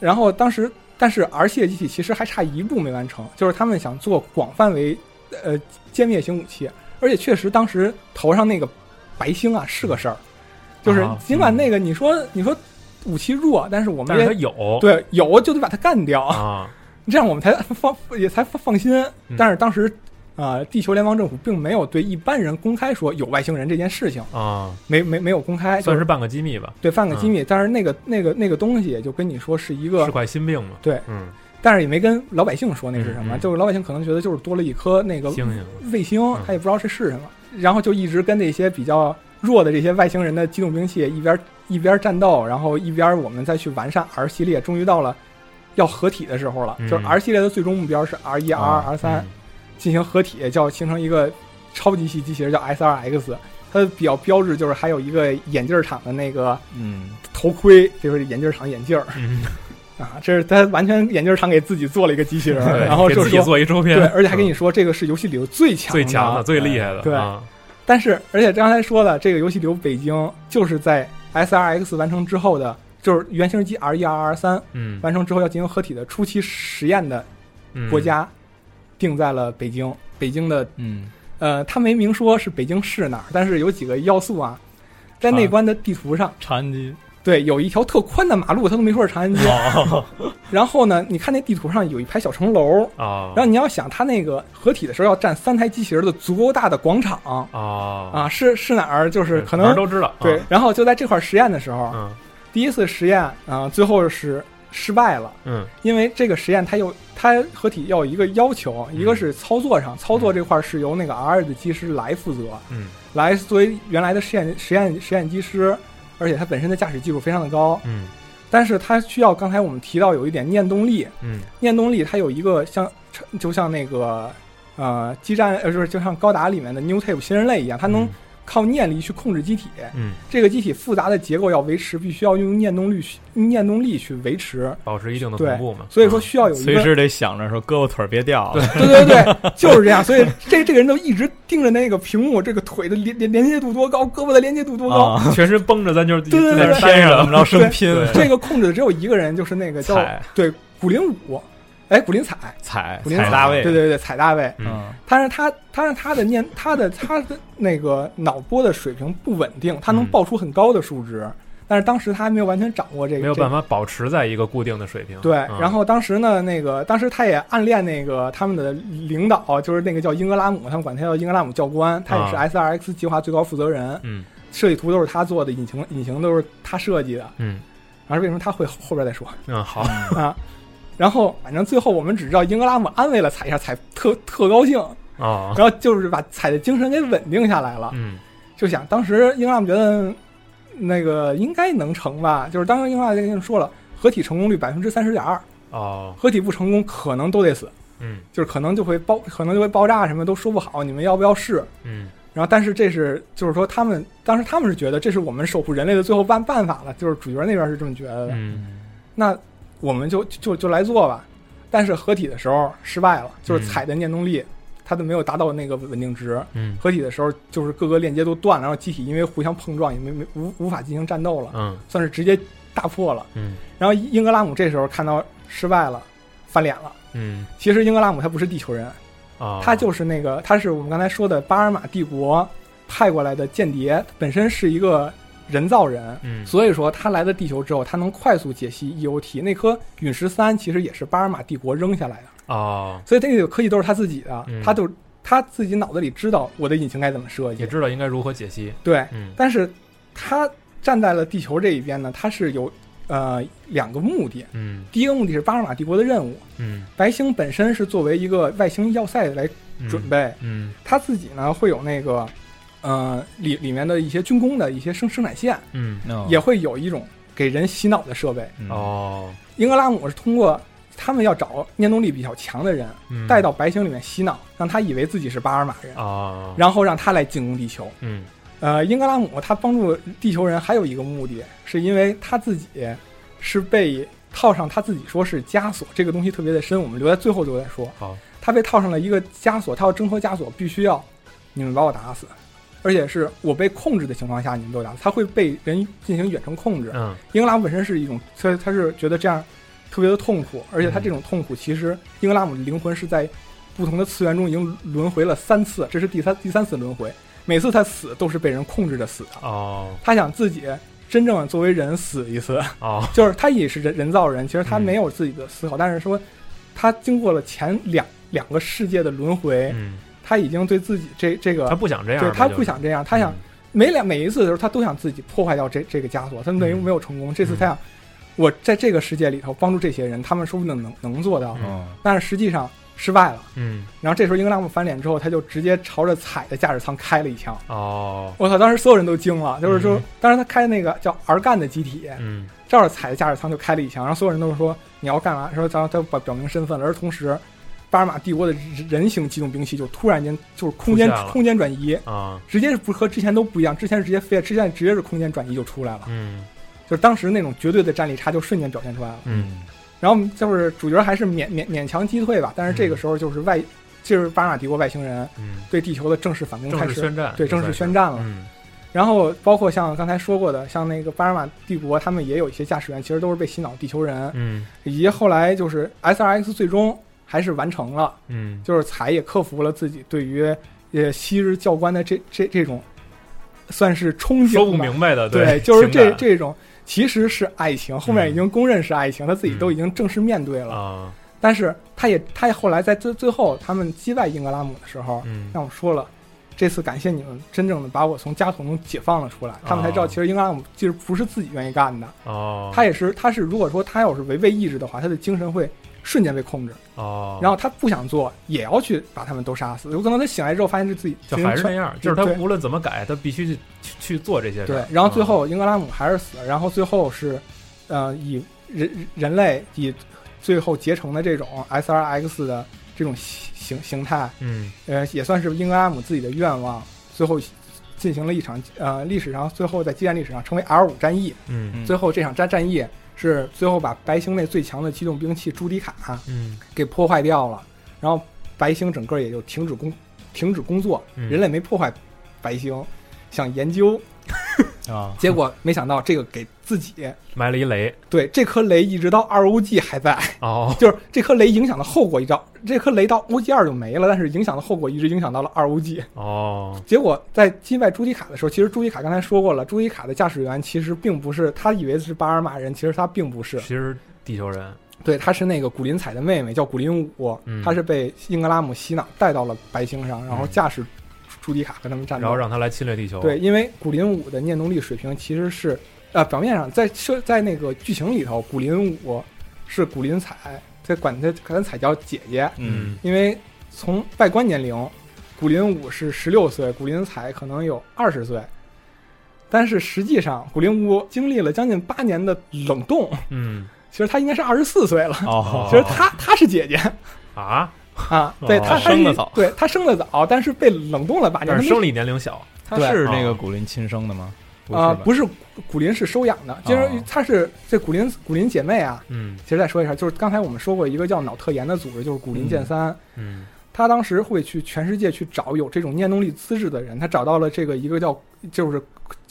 然后当时，但是 R 系列机体其实还差一步没完成，就是他们想做广范围，呃，歼灭型武器，而且确实当时头上那个白星啊是个事儿，就是
啊
尽管那个你说你说武器弱，但是我们
但是它
也
有
对有就得把它干掉，
啊，嗯
这样我们才放也才放心。但是当时。呃，地球联邦政府并没有对一般人公开说有外星人这件事情，
啊，
没没没有公开，就
算是半个机密吧，
对，犯个
嗯
机密，但是那个那个那个东西也就跟你说是一个
是，块心病嘛，
对
嗯
但是也没跟老百姓说那是什
嗯
么，
嗯
就是老百姓可能觉得就是多了一颗那个
星嗯星
卫星，他也不知道这是什么，然后就一直跟那些比较弱的这些外星人的机动兵器一边一边战斗，然后一边我们再去完善 R 系列，终于到了要合体的时候了，
嗯
就是 R 系列的最终目标是 R 一、R 二、R 三进行合体，叫形成一个超级系机器人叫 S R X。它的比较标志就是还有一个眼镜厂的那个
嗯
头盔，就是眼镜厂眼镜儿
嗯，
啊，这是他完全眼镜厂给自己做了一个机器人儿，
对
然后
给
就
自己
说
做一周边，
对，而且还跟
嗯
你说这个是游戏里头最强
最强的、
的，
最厉害的，
对
啊
但是，而且刚才说的这个游戏流北京，就是在 SRX 完成之后的，就是原型机 R 一 R R 三，
嗯
完成之后要进行合体的初期实验的国家，定在了北京。北京的，
嗯，
呃，他没明说是北京市哪儿，但是有几个要素啊，在内关的地图上，
长安街，
对，有一条特宽的马路，他都没说是长安街。
哦
然后呢，你看那地图上有一排小城楼，
啊，
然后你要想，它那个合体的时候要占三台机器人的足够大的广场
啊
啊，是是哪儿？就是可能
哪儿都知道
对
啊，
然后就在这块儿实验的时候
嗯，
第一次实验啊，最后是失败了。
嗯，
因为这个实验它有它合体要有一个要求，一
嗯
个是操作上，操作这块儿是由那个 R 的技师来负责，
嗯，
来作为原来的实验实验实验机师，而且他本身的驾驶技术非常的高，
嗯，
但是他需要刚才我们提到有一点念动力，
嗯，
念动力它有一个像就像那个呃基站呃就是就像高达里面的 New Type 新人类一样，它
嗯
能靠念力去控制机体，
嗯，
这个机体复杂的结构要维持，必须要用念动力去念动力去维持，
保持一定的
对
同步嘛。啊
所以说需要有一
啊随
个
时得想着说胳膊腿儿别掉。对
对对 对，就是这样。所以这这个人都一直盯着那个屏幕，这个腿的连连连接度多高，胳膊的连接度多高，
啊全身绷着，咱就是
对对
在
对，对
天上
对
怎么着生拼
对。这个控制的只有一个人，就是那个叫
彩
对古灵武，哎，古灵彩
踩
古灵彩
踩大卫
对对对，彩大卫。
嗯，
但是他他让他的念他的他的那个脑波的水平不稳定，他能
嗯
爆出很高的数值，但是当时他还没有完全掌握这个，
没有
这个
办法保持在一个固定的水平。
对，
嗯
然后当时呢，那个当时他也暗恋那个他们的领导，就是那个叫英格拉姆，他们管他叫英格拉姆教官，他也是
啊
SRX 计划最高负责人，
嗯，
设计图都是他做的，引擎引擎都是他设计的，
嗯，
然后为什么他会后后边再说
嗯好，
啊？然后反正最后我们只知道英格拉姆安慰了彩一下，彩特特高兴，
哦，
然后就是把彩的精神给稳定下来了，
嗯，
就想当时英格拉姆觉得那个应该能成吧，就是当时英格拉姆就跟你说了，合体成功率百分之三十点二。
哦，
合体不成功可能都得死，
嗯
就是可能就会爆，可能就会爆炸，什么都说不好。你们要不要试？
嗯
然后，但是这是就是说，他们当时他们是觉得这是我们守护人类的最后办办法了，就是主角那边是这么觉得的。
嗯
那我们就就就来做吧。但是合体的时候失败了，就是踩的念动力，它都没有达到那个稳定值。
嗯
合体的时候就是各个链接都断了，然后机体因为互相碰撞也没没无无法进行战斗了，
嗯
算是直接大破了。
嗯
然后英格拉姆这时候看到失败了，翻脸了。
嗯
其实英格拉姆他不是地球人，
啊，
他就是那个，他是我们刚才说的巴尔马帝国派过来的间谍，本身是一个人造人，
嗯
所以说他来到地球之后，他能快速解析 EOT。那颗陨石三其实也是巴尔马帝国扔下来的，
哦，
所以这个科技都是他自己的，
嗯
他就他自己脑子里知道我的引擎该怎么设计
也，知道应该如何解析。
对，
嗯
但是他站在了地球这一边呢，他是有呃两个目的，
嗯
第一个目的是巴尔马帝国的任务，
嗯
白星本身是作为一个外星要塞来准备，
嗯
他自己呢会有那个，呃，里里面的一些军工的一些生生产线，
嗯
也嗯会有一种给人洗脑的设备。
嗯
哦
英格拉姆是通过他们要找念动力比较强的人，
嗯
带到白星里面洗脑，让他以为自己是巴尔马人，
哦，
然后让他来进攻地球。
嗯
呃，英格拉姆他帮助地球人还有一个目的，是因为他自己是被套上他自己说是枷锁，这个东西特别的深，我们留在最后就再说。
好，
他被套上了一个枷锁，他要挣脱枷锁，必须要你们把我打死，而且是我被控制的情况下你们被我打死，他会被人进行远程控制。
嗯
英格拉姆本身是一种，他他是觉得这样特别的痛苦，而且他这种痛苦其实英格拉姆的灵魂是在不同的次元中已经轮回了三次，这是第三第三次轮回，每次他死都是被人控制着死的。
哦
他想自己真正作为人死一次，
哦
就是他也是人人造人，其实他没有自己的思考，但是说他经过了前两两个世界的轮回，
嗯，
他已经对自己这这个
他不想这样
对
吧，
他
就
不
是
想这样，他想每两每一次的时候，他都想自己破坏掉这这个枷锁，他没有
嗯
没有成功。这次他想，我在这个世界里头帮助这些人，他们说不定能能做到，
嗯
哦
但是实际上失败了。
嗯
然后这时候英格拉姆翻脸之后，他就直接朝着彩的驾驶舱开了一枪。
哦
我操！当时所有人都惊了，就是说
嗯，
当时他开那个叫 R 干的机体，
嗯
照着踩的驾驶舱就开了一枪，然后所有人都说你要干嘛？说咱他表表明身份了，而同时，巴尔马帝国的人人形机动兵器就突然间就是空间
出现了
空间转移，
啊
直接是不和之前都不一样，之前是直接飞，之前直接是空间转移就出来了，
嗯
就是当时那种绝对的战力差就瞬间表现出来了。
嗯嗯
然后就是主角还是勉勉勉强击退吧，但是这个时候就是外。就是巴拿马帝国外星人对地球的正式反攻
正
开
式
始
宣战
对
这
正式
算是
宣战了。
嗯
然后包括像刚才说过的，像那个巴拿马帝国，他们也有一些驾驶员其实都是被洗脑地球人，
嗯，
以及后来就是 S R X 最终还是完成了，
嗯
就是才也克服了自己对于呃昔日教官的这这这种算是憧憬吧，
说不明白的
对，
对嗯
就是
情
这
感
这种其实是爱情，后面已经公认是爱情，他自己
嗯
都已经正式面对
啊
了。但是他也他也后来在最最后他们击败英格拉姆的时候，
嗯
让我说了。这次感谢你们真正的把我从家桶中解放了出来，他们才知道
哦
其实英格拉姆其实不是自己愿意干的，
哦，
他也是他是如果说他要是违背意志的话，他的精神会瞬间被控制，
哦，
然后他不想做也要去把他们都杀死，有可能他醒来之后发现是自己
就还是那
全
样，就是他
对
无论怎么改，他必须去去去做这些事
对
儿。，
然后最
嗯
后英格拉姆还是死了，然后最后是，呃，以人人类以最后结成的这种 S R X 的这种形形形态，
嗯，
呃，也算是英格拉姆自己的愿望，最后进行了一场呃历史上最后在激战历史上称为 R 五战役，
嗯
最后这场战战役是最后把白星内最强的机动兵器朱迪卡，
嗯，
给破坏掉了，然后白星整个也就停止工停止工作，
嗯
人类没破坏白星，想研究。
啊，
结果没想到这个给自己
埋了一雷，
对这颗雷一直到 ROG 还在，
哦，
就是这颗雷影响的后果一直到这颗雷到 OG 二就没了，但是影响的后果一直影响到了 ROG。
哦，
结果在击败朱迪卡的时候，其实朱迪卡刚才说过了，朱迪卡的驾驶员其实并不是他以为是巴尔马人，其实他并不是，
其实地球人，
对，他是那个古林彩的妹妹，叫古林武，
嗯
他是被英格拉姆洗脑带到了白星上，然后驾驶朱迪卡跟他们战斗，
然后让他来侵略地球。
对，因为古林武的念动力水平其实是，呃，表面上在设在那个剧情里头，古林武是古林彩，在管他管他彩叫姐姐，
嗯，
因为从外观年龄，古林武是十六岁，古林彩可能有二十岁，但是实际上古林武经历了将近八年的冷冻，
嗯，
其实他应该是二十四岁了，
哦
其实他他是姐姐。
啊
啊，对他
哦生得早，
对他生的早，但是被冷冻了八年。
但是
他们
生理年龄小
他
他是
对
那个古林亲生的吗？
啊，
吧
不是古古林是收养的，就是
哦
她是这古林古林姐妹啊。
嗯
其实再说一下，就是刚才我们说过一个叫脑特研的组织，就是古林剑三，
嗯
他当时会去全世界去找有这种念动力资质的人，他找到了这个一个叫就是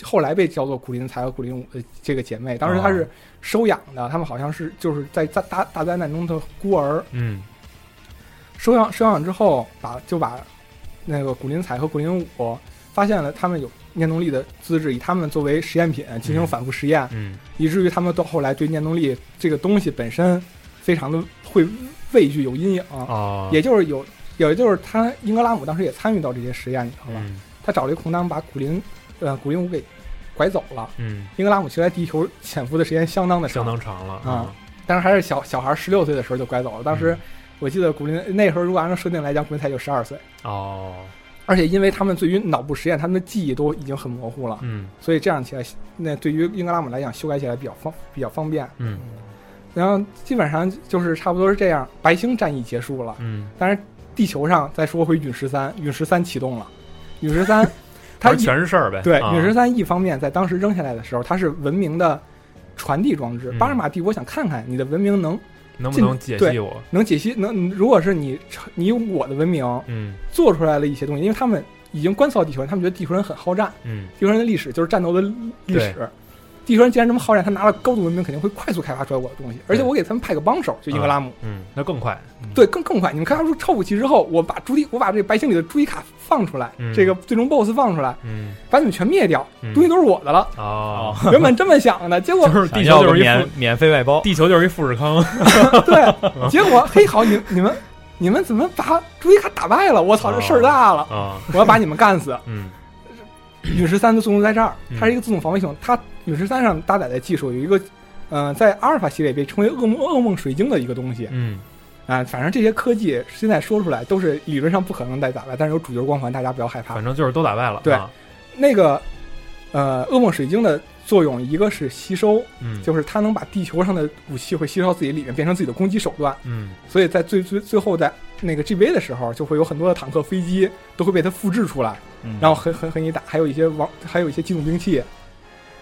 后来被叫做古林才和古林武的这个姐妹，当时她
哦
是收养的，他们好像是就是在大大大灾难中的孤儿，
嗯
收养收养之后，把就把那个古林彩和古林武发现了他们有念动力的资质，以他们作为实验品进行反复实验，
嗯
以至于他们到后来对念动力这个东西本身非常的会畏惧有阴影。
哦
嗯也就是有，也就是他英格拉姆当时也参与到这些实验里头了，
嗯
他找了一空当把古林呃古林武给拐走了。
嗯，
英格拉姆其实在地球潜伏的时间相当的
相
长，
当长了嗯
啊，但是还是小小孩十六岁的时候就拐走了。当时我记得古林那时候，如果按照设定来讲，古林才有十二岁，
哦，
而且因为他们对于脑部实验，他们的记忆都已经很模糊了，
嗯
所以这样起来，那对于英格拉姆来讲，修改起来比较方比较方便。
嗯
然后基本上就是差不多是这样，白星战役结束了，
嗯，，
但是地球上再说回陨石三，陨石三启动了，陨石三 它
反正全是事儿呗
对，
啊
陨石三一方面在当时扔下来的时候，它是文明的传递装置。
嗯
巴尔马帝国想看看你的文明能
能不
进
能解析
对
我
能解析能。如果是你你用我的文明
嗯
做出来了一些东西，因为他们已经观测到地球人，他们觉得地球人很好战，
嗯
地球人的历史就是战斗的历
对
史。地球人既然这么好战，他拿了高度文明，肯定会快速开发出来我的东西。而且我给他们派个帮手，就英格拉姆，
嗯，那更快，
对，更更快。你们开发出超武器之后，我把朱迪，我把这白星里的朱迪卡放出来，
嗯
这个最终 BOSS 放出来，
嗯
把你们全灭掉，
嗯
东西都是我的了。
哦，
原本这么想的，结果
就是地球就是一
免
富
免费外包，
地球就是一富士 康，
对，结 果嘿好，你你们你们怎么把朱迪卡打败了？我操，这事儿大了！
啊，
我要把你们干死。
嗯
陨石三的作用在这儿，
嗯
它是一个自动防卫系统。它陨石三上搭载的技术有一个，呃，在阿尔法系列被称为噩梦噩梦水晶的一个东西。
嗯
啊、反正这些科技现在说出来都是理论上不可能再打败，但是有主角光环，大家不要害怕。
反正就是都打败了，
对
啊
那个，呃，噩梦水晶的作用，一个是吸收，
嗯
就是它能把地球上的武器会吸收到自己里面，变成自己的攻击手段。
嗯
所以在最最最后在那个 GBA 的时候，就会有很多的坦克、飞机都会被它复制出来，
嗯
然后很很很你打，还有一些王，还有一些机动兵器。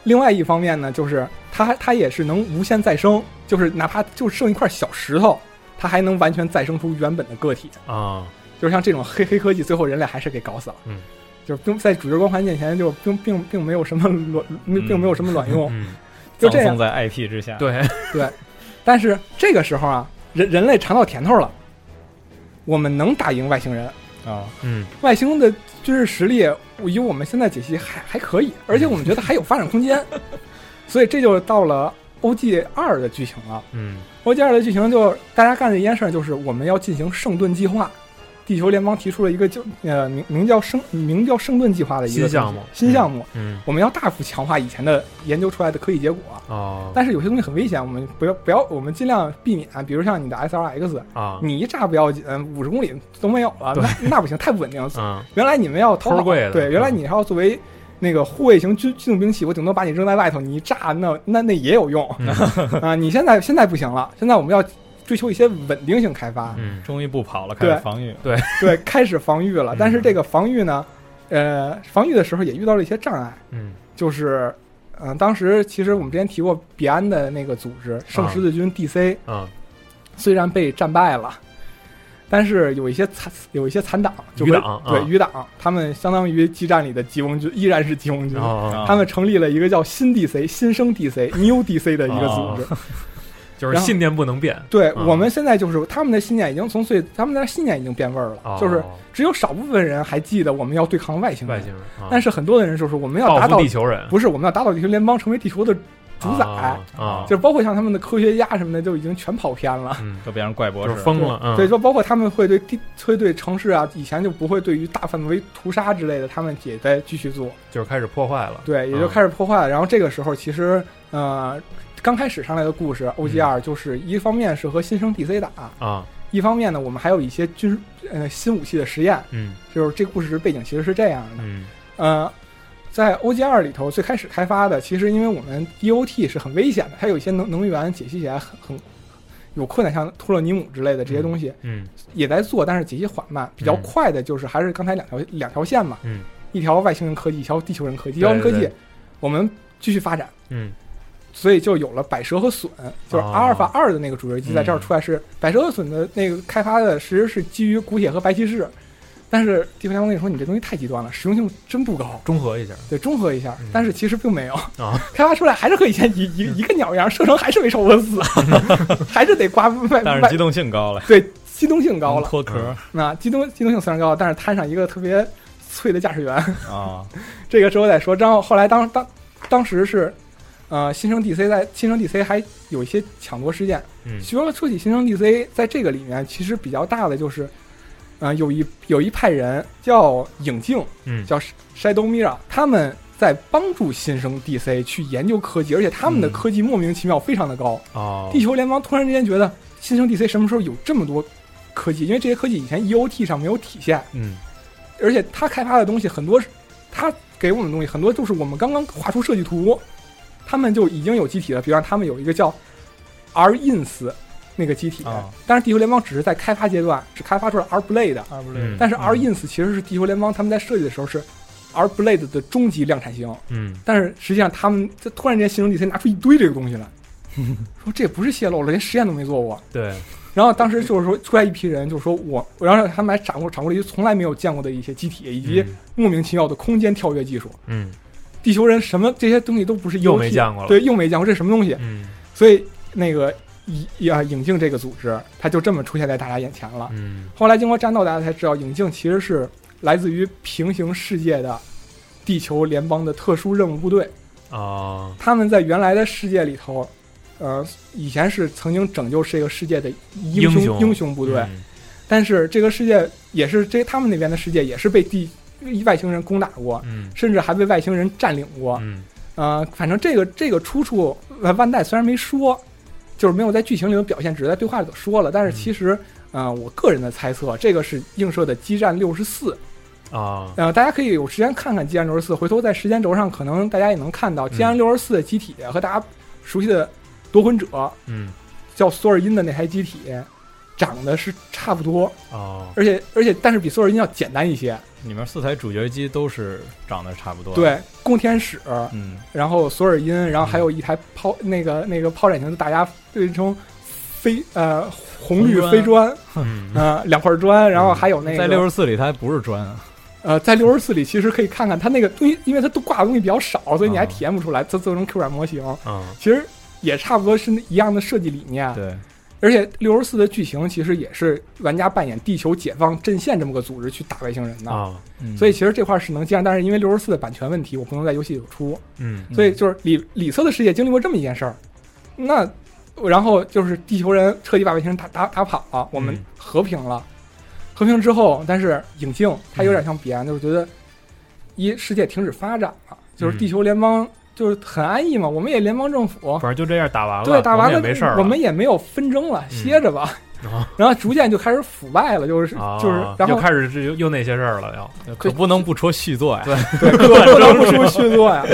另外一方面呢，就是它它也是能无限再生，就是哪怕就剩一块小石头，它还能完全再生出原本的个体。
啊，
就是像这种黑黑科技，最后人类还是给搞死了。
嗯，
就是并在主角光环面前，就并并并没有什么卵，并没有什么卵用。
嗯
就这样
葬送在 IP 之下。
对
对，但是这个时候啊，人人类尝到甜头了，我们能打赢外星人
哦
啊。
嗯，
外星的军事实力，以我们现在解析还还 可以，而且我们觉得还有发展空间，所以这就到了 OG 二的剧情了。
嗯
，OG 二的剧情就大家干的一件事儿就是我们要进行圣顿计划。地球联邦提出了一个就呃名名叫圣名叫圣顿计划的一个
新项目
新项目，
嗯
我们要大幅强化以前的研究出来的科技结果。
哦，
但是有些东西很危险，我们不要不要，我们尽量避免。比如像你的 SRX
啊
你一炸不要紧，呃五十公里都没有了， 那那不行，太不稳定了。
嗯
原来你们要逃
偷
跑，
柜的嗯
对，原来你要作为那个护卫型军机动兵器，我顶多把你扔在外头，你一炸那那那也有用
嗯
啊。你现在现在不行了，现在我们要追求一些稳定性开发。
嗯，
终于不跑了，开
对
始防御。
对
对，开始防御
嗯
了。但是这个防御呢，呃，防御的时候也遇到了一些障碍，
嗯，
就是，嗯、当时其实我们之前提过，彼岸的那个组
啊
织圣十字军 DC，
嗯，
虽然被战败了，但是有一些残有一些残党，就
余
跟
党啊
对余党，他们相当于激战里的集翁军，依然是集翁军，
哦
啊
哦
他们成立了一个叫新 DC、新生 DC、New DC 的一个组织。
哦就是
然后
信念不能变。
对、
嗯
我们现在就是他们的信念已经从最，他们的信念已经变味儿了，
哦
就是只有少部分人还记得我们要对抗外星人，
外星人啊
但是很多的人就是我们要
报复
打倒
地球人
不是我们要打倒地球联邦，成为地球的主宰
啊啊
就是包括像他们的科学家什么的，就已经全跑偏了。
嗯，
都变成怪博士
就是疯了嗯
对，就包括他们会对地，会对城市啊，以前就不会对于大范围屠杀之类的，他们也在继续做。
就是开始破坏了。啊
对，也就开始破坏了。然后这个时候，其实呃，刚开始上来的故事
嗯
OGR 就是一方面是和新生 DC 打，
啊，
一方面呢，我们还有一些军呃新武器的实验。
嗯
就是这故事背景其实是这样的。
嗯
呃，在 OG 二里头最开始开发的，其实因为我们 DOT 是很危险的，它有一些能能源解析起来很很有困难，像托洛尼姆之类的这些东西，
嗯
也在做，但是解析缓慢。比较快的就是还是刚才两条两条线嘛，
嗯
一条外星人科技，一条地球人科技。地球人科
对
技
对对
我们继续发展，
嗯
所以就有了百蛇和隼，就是
哦
阿尔法二的那个主角机在这儿出来是、百蛇和隼的那个开发的，其实是基于古铁和白骑士，但是地球联盟跟你说你这东西太极端了，实用性真不高，
中和一下嗯
对，中和一下，但是其实并没有。
啊，
开发出来还是和以前一一一个鸟一样，射程还是没超过四， 还是得刮外。
但是
外
机动性高了，
对机动性高了，
能脱壳儿
那机动机动性虽然高，但是摊上一个特别脆的驾驶员，
啊，
这个之后再说。然后后来当当当时是，呃，新生 DC 在新生 DC 还有一些抢夺事件。
嗯
其实说起新生 DC，在这个里面其实比较大的就是，呃，有一有一派人叫影镜，
嗯
叫 Shadow Mira，他们在帮助新生 DC 去研究科技，而且他
嗯
们的科技莫名其妙非常的高。
哦，
地球联邦突然之间觉得新生 DC 什么时候有这么多科技？因为这些科技以前 EOT 上没有体现，
嗯
而且他开发的东西很多是，他给我们的东西很多就是我们刚刚画出设计图，他们就已经有机体了。比方他们有一个叫 R-ins 那个机体，
啊
但是地球联邦只是在开发阶段，只开发出了 R-blade。
嗯
但是 R-ins 其实是地球联邦他们在设计的时候是 R-blade 的终极量产型，
嗯
但是实际上他们这突然间新生 DC 拿出一堆这个东 西来，说这不是泄露了，连实验都没做过。
对，
然后当时就是说出来一批人，就说我，然后他们还掌握掌握了一些从来没有见过的一些机体，以及莫名其妙的空间跳跃技术。
嗯
地球人什么这些东西都不是 EOT,
又没见过了
对，又没见过这是什么东西。
嗯，
所以那个影啊影镜这个组织，它就这么出现在大家眼前了。
嗯，
后来经过战斗，大家才知道影镜其实是来自于平行世界的地球联邦的特殊任务部队。
哦
他们在原来的世界里头，呃，以前是曾经拯救这个世界的英
英
雄
雄
部队，
嗯
但是这个世界也是这他们那边的世界也是被地外星人攻打过，
嗯
甚至还被外星人占领过。
嗯
呃，反正这个这个出处，呃万代虽然没说，就是没有在剧情里头表现，只是在对话里头说了，但是
嗯
其实，呃，我个人的猜测，这个是映射的《激战六十四》。
啊
呃，大家可以有时间看看《激战六十四》，回头在时间轴上，可能大家也能看到《激战六十四》的机体和大家熟悉的夺魂者
嗯
叫索尔因的那台机体长得是差不多，
哦，
而且而且但是比索尔因要简单一些。
里面四台主角机都是长得差不多。
对，，供天使，
嗯，
然后索尔因，然后还有一台炮那个那个炮战型的大家对称非呃红绿飞砖啊、两块砖，然后还有那个
在六十四里它不是砖啊，
呃，在六十四里其实可以看看它那个东西，因为它都挂的东西比较少，所以你还体验不出来。它做成 Q 版模型，
嗯，
其实也差不多是一样的设计理念。
对，
而且六十四的剧情其实也是玩家扮演地球解放阵线这么个组织去打外星人的
啊
嗯
所以其实这块是能接上，但是因为六十四的版权问题，我不能在游戏里出。
嗯
所以就是里里瑟的世界经历过这么一件事儿，那然后就是地球人彻底把外星人打打打跑了，我们
嗯
和平了，和平之后，但是影镜它有点
嗯
像彼岸，就是觉得一世界停止发展了，
嗯
就是地球联邦就是很安逸嘛，我们也联邦政府，
反正就这样打完了，
对，打完
我
了
们也没事儿了，嗯
我们也没有纷争了，歇着吧。 然后逐渐就开始腐败了，就是
啊
就是，然
又
后
开始这又又那些事儿了，又
呃可不能不说续作呀。
对，不能不出续作呀。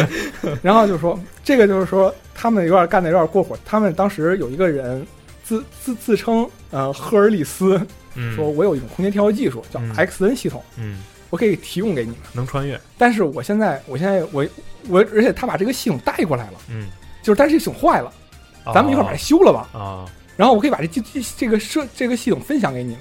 然后就说这个就是说他们有点干的有点过火，他们当时有一个人自自自称呃赫尔里斯，
嗯
说我有一种空间调节技术叫
嗯
XN 系统，
嗯，
我可以提供给你们，
能穿越，
但是我现在我现在我我而且他把这个系统带过来了，
嗯，
就是但是系统坏了，
哦
咱们一块儿把它修了吧。
啊，
然后我可以把这这这这个设这个系统分享给你们。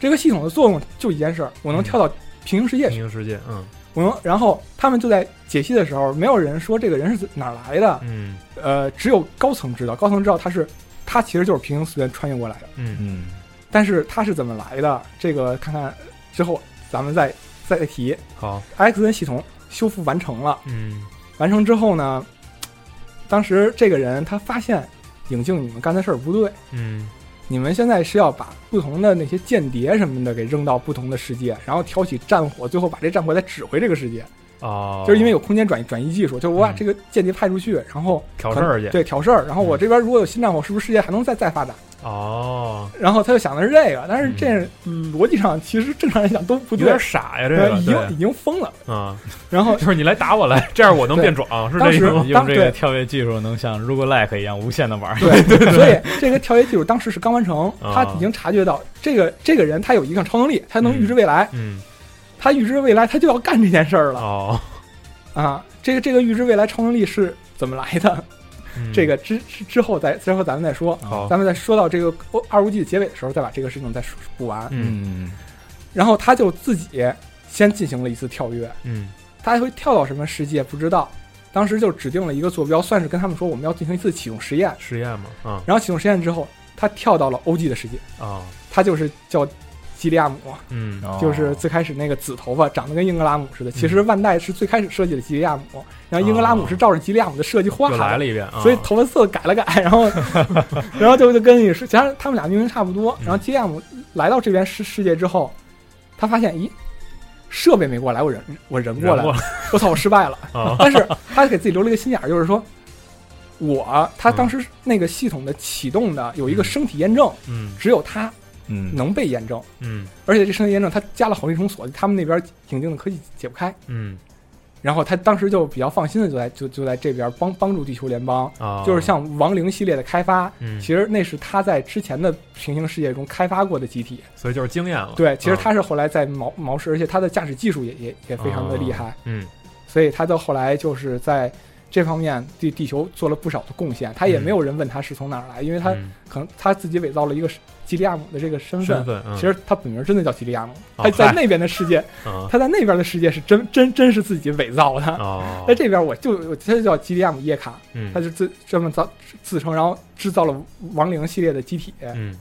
这个系统的作用就一件事儿，我能跳到平行世界
平
去。
行世界，嗯
我能，然后他们就在解析的时候，没有人说这个人是哪儿来的，
嗯
呃，只有高层知道，高层知道他是他其实就是平行次元穿越过来的，
嗯
嗯，
但是他是怎么来的，这个看看之后咱们再再提。
好，
XN 系统修复完成了，
嗯
完成之后呢，当时这个人他发现影镜你们干的事儿不对，
嗯
你们现在是要把不同的那些间谍什么的给扔到不同的世界，然后挑起战火，最后把这战火再指挥这个世界，
哦，
就是因为有空间转移转移技术，就是我把这个间谍派出去，然后
挑事儿去嗯
对，挑事儿。然后我这边如果有新战火，是不是世界还能再再发展？
哦，
然后他就想的是这个，但是这嗯逻辑上其实正常人讲都不
有
对，
点傻呀，这
然后
个
已经已经疯了。
对啊，
然 后
就是你来打我来，这样我能变壮，是这
当
意
时
思吗？
用这
对
个跳跃技术能像 roguelike 一样无限的玩。
对，所以这个跳跃技术当时是刚完成，
啊
他已经察觉到这个这个人他有一项超能力，他能预知未来，
嗯
他预知未来他就要干这件事儿了
哦，
啊！这个这个预知未来超能力是怎么来的？
嗯
这个之之之后再之后咱们再说，
好
咱们再说到这个二五 G 结尾的时候再把这个事情再说补完。
嗯
然后他就自己先进行了一次跳跃，
嗯
他会跳到什么世界不知道。当时就指定了一个坐标，算是跟他们说我们要进行一次启动实验。
实验嘛，啊
然后启动实验之后，他跳到了 OG 的世界，
啊
他就是叫基利亚姆，
嗯
就是最开始那个紫头发，长得跟英格拉姆似的。其实万代是最开始设计的基利亚姆，然后英格拉姆是照着基利亚姆的设计画
又
的
哦来了一遍啊，
所以头发色改了改， 然后，然后就就跟你说，其实他们俩命运差不多。然后基利亚姆来到这边世世界之后，他发现，咦，设备没过来，我人我人过
人
来
过
了，我操，我失败了。
啊
但是他给自己留了一个心眼儿，就是说，我他当时那个系统的启动的有一个身体验证，
嗯
只有他
嗯
能被验证，
嗯
而且这身体验证他加了好几重锁，他们那边影镜的科技解不开。
嗯
然后他当时就比较放心的就在就就在这边帮帮助地球联邦，
啊，
就是像亡灵系列的开发，
嗯
其实那是他在之前的平行世界中开发过的机体。
所以就是经验了，
对，其实
啊
他是后来在毛毛氏，而且他的驾驶技术也也也非常的厉害，
嗯
所以他到后来就是在这方面对地球做了不少的贡献。他也
嗯
没有人问他是从哪儿来，因为他
嗯
可能他自己伪造了一个基利亚姆的这个身份。
身份嗯
其实他本名真的叫基利亚姆，
哦
他在
嗨
那边的世界，
啊
他在那边的世界是真真真是自己伪造的。
哦
在哎这边我就我他就叫基利亚姆叶卡，
嗯
他就自这么造自称，然后制造了亡灵系列的机体。
嗯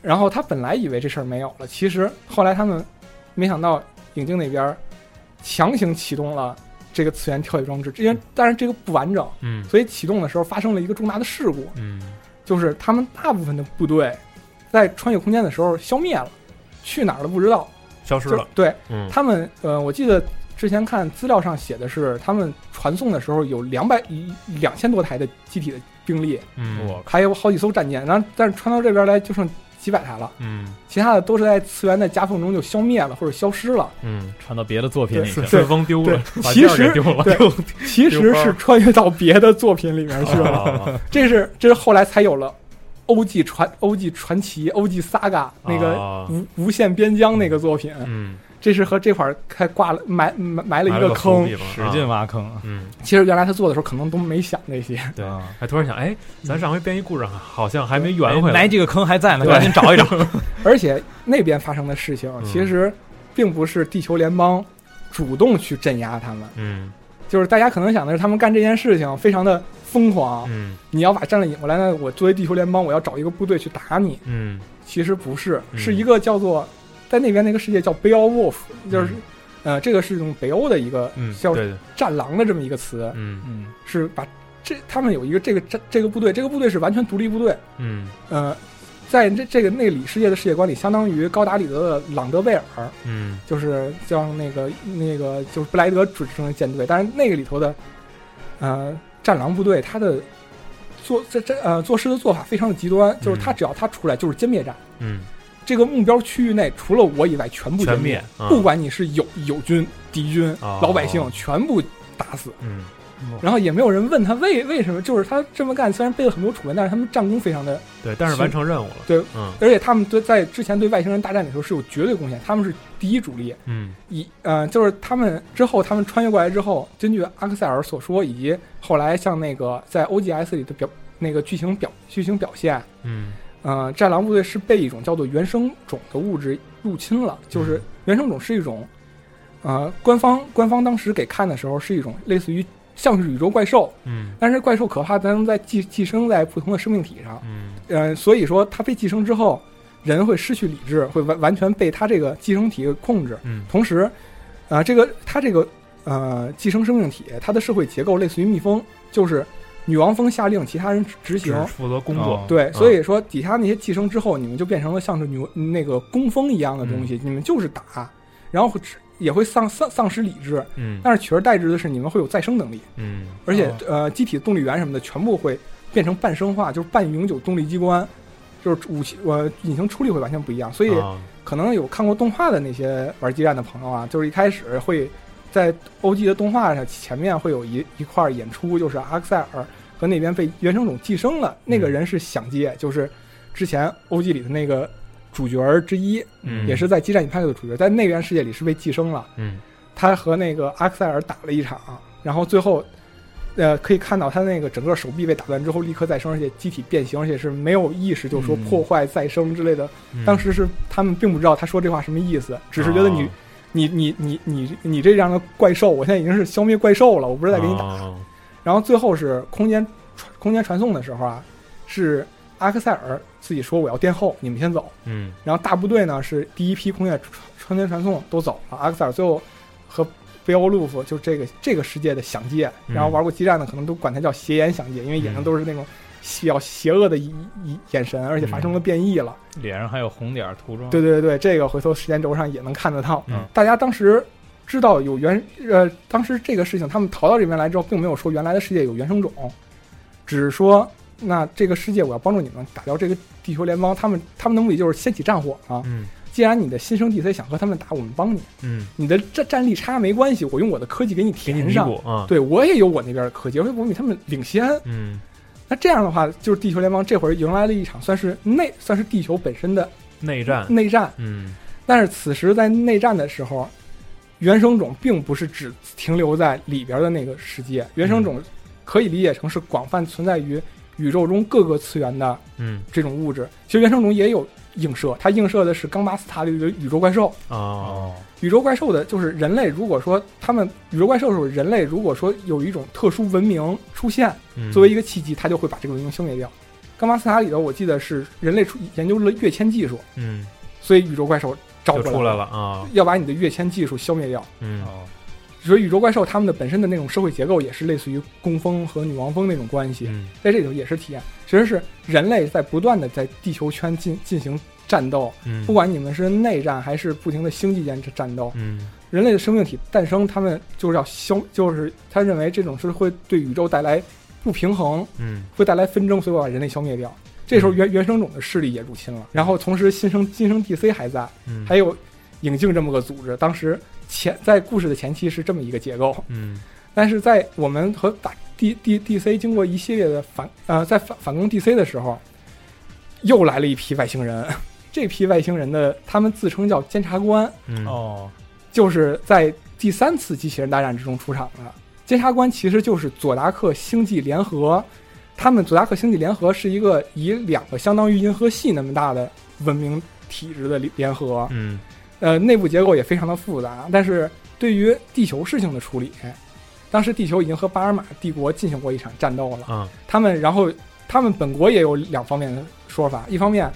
然后他本来以为这事儿没有了，其实后来他们没想到影镜那边强行启动了这个次元跳跃装置，因为但是这个不完整，
嗯
所以启动的时候发生了一个重大的事故，
嗯
就是他们大部分的部队在穿越空间的时候消灭了，去哪儿了不知道，
消失
就
了，
对，
嗯
他们呃，我记得之前看资料上写的是，他们传送的时候有两百两千多台的机体的兵力，
嗯我
还有好几艘战舰，然后但是传到这边来就剩几百台了，
嗯
其他的都是在次元的夹缝中就消灭了或者消失了。
嗯
传到别的作品里去
对
了。
顺风丢
对
了，，把
其
件儿给
实
丢了，
对
丢，
其实是穿越到别的作品里面去 了。
了，
这是这是后来才有了。OG 啊传 OG 传奇 OG Saga 那个
哦
无无限边疆那个作品，
嗯
这是和这块儿还挂了埋埋埋了一个坑，
使劲挖坑。
嗯，
其实原来他做的时候可能都没想这些。
对，还突然想，哎，咱上回编一故事啊好像还没圆回来，
埋这个坑还在呢，
对
赶紧找一找。
而且那边发生的事情，其实并不是地球联邦主动去镇压他们，
嗯，
就是大家可能想的是他们干这件事情非常的疯狂，
嗯，
你要把战力引过来呢，我作为地球联邦，我要找一个部队去打你，
嗯，
其实不是，
嗯
是一个叫做在那边那个世界叫 Beowulf，就是、呃，这个是用北欧的一个
嗯
叫
对对
战狼的这么一个词，
嗯
嗯，
是把这他们有一个这个这这个部队，这个部队是完全独立部队，
嗯
呃，在这这个内里世界的世界观里，相当于高达里德的朗德贝尔，
嗯，
就是像那个那个就是布莱德主持的舰队，但是那个里头的呃战狼部队，他的做这这呃做事的做法非常的极端，就是他只要他出来就是歼灭战，
嗯，
这个目标区域内除了我以外全部歼
全灭啊
不管你是友友军、敌军、
哦
老百姓，全部打死。
嗯，
然后也没有人问他为为什么，就是他这么干，虽然背了很多楚文，但是他们战功非常的
对，但是完成任务了，
对，
嗯
而且他们对在之前对外星人大战里头是有绝对贡献，他们是第一主力。
嗯
以呃，就是他们之后，他们穿越过来之后，根据阿克塞尔所说，以及后来像那个在 OGS 里的表那个剧情表剧情表现，
嗯
呃，战狼部队是被一种叫做原生种的物质入侵了，就是原生种是一种，呃，官方官方当时给看的时候是一种类似于像是宇宙怪兽，
嗯
但是怪兽可怕，它能在寄寄生在不同的生命体上，
嗯
呃，所以说它被寄生之后，人会失去理智，会完完全被它这个寄生体控制。
嗯
同时，呃，这个它这个呃寄生生命体，它的社会结构类似于蜜蜂，就是女王蜂下令，其他人执执行
只，负责工作哦
对，
嗯
所以说底下那些寄生之后，你们就变成了像是女那个工蜂一样的东西，
嗯
你们就是打，然后会只也会丧丧丧失理智。
嗯
但是取而代之的是，你们会有再生能力。
嗯，
而且、呃，机体动力源什么的全部会变成半生化，就是半永久动力机关，就是武器呃引擎出力会完全不一样。所以
啊
可能有看过动画的那些玩激战的朋友啊，就是一开始会在 OG 的动画上前面会有一一块演出，就是阿克塞尔和那边被原生种寄生了，那个人是响介，就是之前 OG 里的那个主角儿之一，
嗯
也是在激战与派对的主角，在那边世界里是被寄生了。
嗯
他和那个阿克塞尔打了一场，然后最后，呃，可以看到他那个整个手臂被打断之后立刻再生，而且机体变形，而且是没有意识，就是说
嗯
破坏再生之类的。
嗯
当时是他们并不知道他说这话什么意思，只是觉得你、
哦
你你你你你这样的怪兽，我现在已经是消灭怪兽了，我不是在给你打。
哦
然后最后是空间传空间传送的时候啊，是阿克塞尔自己说我要殿后，你们先走。
嗯
然后大部队呢是第一批空间空间传送都走了，阿克塞尔最后和贝欧路夫就这个这个世界的响界，
嗯
然后玩过激战的可能都管它叫邪眼响界，因为眼睛都是那种比较邪恶的一一眼神，而且发生了变异了。
脸上还有红点儿涂装。
对对对，这个回头时间轴上也能看得到。
嗯
大家当时知道有原呃，当时这个事情他们逃到这边来之后，并没有说原来的世界有原生种，只是说那这个世界我要帮助你们打掉这个地球联邦，他们他们的目的就是掀起战火啊。
嗯
既然你的新生 DC 想和他们打，我们帮你。
嗯
你的战战力差没关系，我用我的科技给你填上
给你弥补啊
对我也有我那边的科技，而且我比他们领先。
嗯
那这样的话，就是地球联邦这会儿迎来了一场算是内算是地球本身的
内战
内战。
嗯
但是此时在内战的时候，原生种并不是只停留在里边的那个世界，原生种可以理解成是广泛存在于宇宙中各个次元的
嗯
这种物质。其实原生种也有映射，它映射的是冈巴斯塔里的宇宙怪兽。
哦
宇宙怪兽的，就是人类。如果说他们宇宙怪兽的时候，人类如果说有一种特殊文明出现
嗯，
作为一个契机，它就会把这个文明消灭掉。冈巴斯塔里头，我记得是人类出研究了跃迁技术，
嗯，
所以宇宙怪兽找
就
过
出来了啊
要把你的跃迁技术消灭掉。
嗯
哦
所以宇宙怪兽他们的本身的那种社会结构也是类似于工蜂和女王蜂那种关
嗯
系，在这里头也是体验，其实是人类在不断的在地球圈进进行战斗，
嗯
不管你们是内战还是不停的星际间战斗，
嗯
人类的生命体诞生，他们就是要消，就是他认为这种是会对宇宙带来不平衡，
嗯
会带来纷争，所以我把人类消灭掉。这时候原原生种的势力也入侵了，然后同时新生新生 DC 还在，
嗯
还有影镜这么个组织。当时前在故事的前期是这么一个结构，
嗯
但是在我们和打 D D D C 经过一系列的反呃在反反攻 D C 的时候，又 来了一批外星人。这批外星人的他们自称叫监察官，
嗯
哦，
就是在第三次机器人大战之中出场的。监察官其实就是佐达克星际联合，他们佐达克星际联合是一个以两个相当于银河系那么大的文明体制的联合，
嗯，
呃，内部结构也非常的复杂。但是对于地球事情的处理，当时地球已经和巴尔马帝国进行过一场战斗了，
嗯，
他们然后他们本国也有两方面的说法，一方面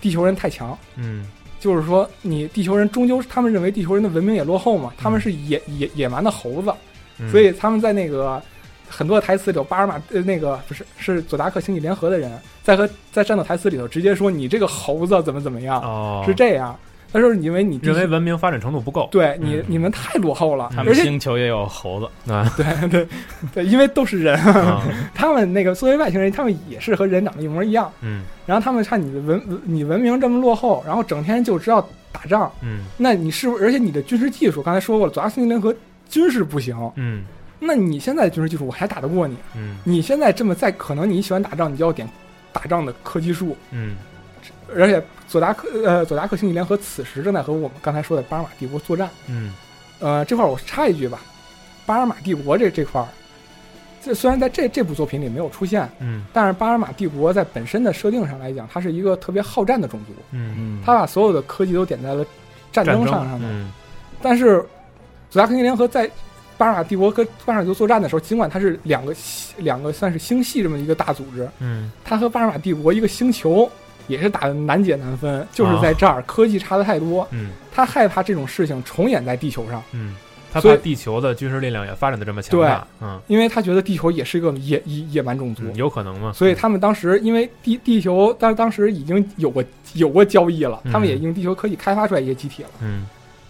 地球人太强，
嗯。
就是说，你地球人终究，他们认为地球人的文明也落后嘛，他们是野、野野蛮的猴子，
嗯
所以他们在那个很多台词里头，巴尔马呃那个不是是佐达克星际联合的人在和在战斗台词里头直接说你这个猴子怎么怎么样，
哦
是这样。他说因为你
认为嗯文明发展程度不够，
对你、你们太落后了，
他
而
们
且
星球也有猴子
啊，
对对对，因为都是 人，
啊
他们那个作为外星人，他们也是和人长得一模一样。
嗯
然后他们看你的文你文明这么落后，然后整天就知道打仗，
嗯
那你是不是？而且你的军事技术，刚才说过了，左亚斯尼联合军事不行，
嗯
那你现在的军事技术我还打得过你？
嗯
你现在这么在，可能你喜欢打仗，你就要点打仗的科技树。
嗯
而且佐达克呃佐达克星际联合此时正在和我们刚才说的巴尔马帝国作战。
嗯
呃，这块儿我插一句吧，巴尔马帝国这这块儿，这虽然在这这部作品里没有出现，
嗯
但是巴尔马帝国在本身的设定上来讲，它是一个特别好战的种族，
嗯
它把所有的科技都点在了战争上上面。
嗯
但是佐达克尼联合在巴尔马帝国跟巴尔马帝国作战的时候，尽管它是两个系两个算是星系这么一个大组织，
嗯
它和巴尔马帝国一个星球也是打的难解难分，就是在这
啊
儿、科技差的太多，
嗯
他害怕这种事情重演在地球上，
嗯，他
所
把
以
地球的军事力量也发展的这么强
对
大，，嗯，
因为他觉得地球也是一个野野野蛮种族。
嗯有可能吗？
所以他们当时因为地地球，当当时已经有过有过交易了，他们也用地球科技开发出来一些机体了。
嗯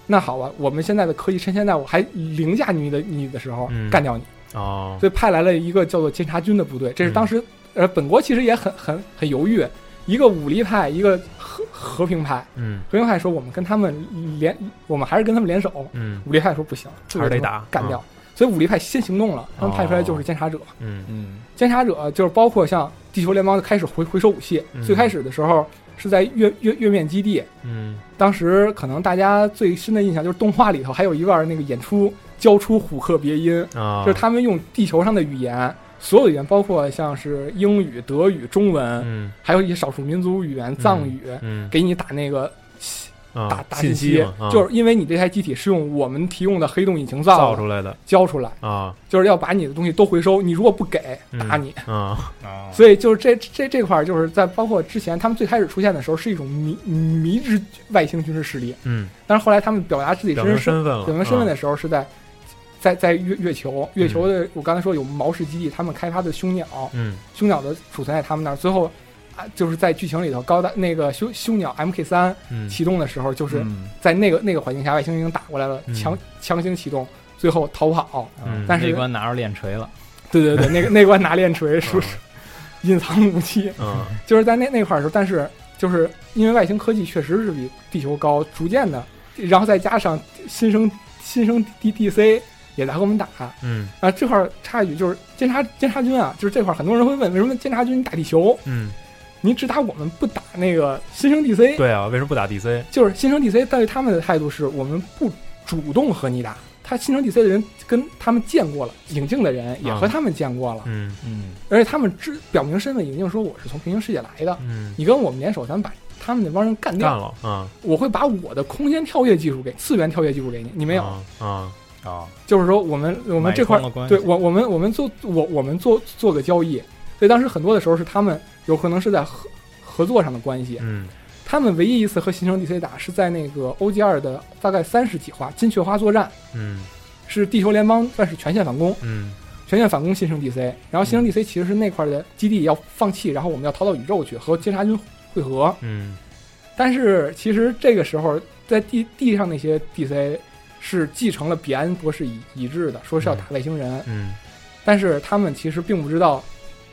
那好吧，我们现在的科技趁现在我还凌驾你的你的时候、
嗯
干掉你，
哦，
所以派来了一个叫做监察军的部队。
嗯
这是当时、呃本国其实也很很很犹豫，一个武力派，一个和和平派。
嗯
和平派说我们跟他们联，我们还是跟他们联手。
嗯
武力派说不行，
还是得打哦
干掉。所以武力派先行动了，他们派出来就是监察者。
嗯嗯
监察者就是包括像地球联邦就开始回回收武器，
嗯
最开始的时候是在月月月面基地，
嗯
当时可能大家最深的印象就是动画里头还有一段那个演出教出虎克别音，
啊，
就是他们用地球上的语言，所有语言包括像是英语、德语、中文，
嗯
还有一些少数民族语言、藏语，
嗯
给你打那个。
啊
打打
信息
息
嘛，啊
就是因为你这台机体是用我们提供的黑洞引擎
造
造
出来的
教出来，
啊
就是要把你的东西都回收，你如果不给，
嗯
打你。
啊，
哦
所以就是这这这块儿，就是在包括之前他们最开始出现的时候，是一种迷迷之外星军事势力，
嗯
但是后来他们表达自己真
表明
实
身份了
表明身
嗯
份的时候是在。在在月月球，月球的、我刚才说有毛氏基地，他们开发的凶鸟，
嗯
凶鸟的储存在他们那儿。最后啊，就是在剧情里头，高达那个凶凶鸟 MK 三
嗯
启动的时候，就是
嗯
在那个那个环境下，外星人已经打过来了，
嗯
强强行启动，最后逃跑。
嗯
但
那
是
关拿着链锤了，
对对对，那个那关拿链锤是 隐藏武器，
嗯
就是在那那块儿的时候，但是就是因为外星科技确实是比地球高，逐渐的，然后再加上新生新生 D D C 也在和我们打。
嗯
啊，这块儿插一句，就是监察监察军啊，就是这块儿很多人会问，为什么监察军你打地球，
嗯，
你只打我们不打那个新生 DC？
对啊，为什么不打 DC？
就是新生 DC 对他们的态度是我们不主动和你打。他新生 DC 的人跟他们见过了，影镜的人也和他们见过了，
啊嗯嗯
而且他们知表明身份，影镜说我是从平行世界来的，
嗯，
你跟我们联手，咱们把他们那帮人干掉，
干了啊
我会把我的空间跳跃技术给次元跳跃技术给你，你没有。
啊
哦
啊，
就是说我们我们这块
买通了关系
对我我们我们做我我们做做个交易，所以当时很多的时候是他们有可能是在合合作上的关系。
嗯
他们唯一一次和新生 DC 打是在那个 OG 二的大概三十几话《金雀花作战》，
嗯
是地球联邦算是全线反攻，
嗯
全线反攻新生 DC。然后
嗯
新生 DC 其实是那块的基地要放弃，然后我们要逃到宇宙去和监察军会合。
嗯
但是其实这个时候，在地地上那些 DC 是继承了比安博士遗遗志的，说是要打外星人，
嗯
但是他们其实并不知道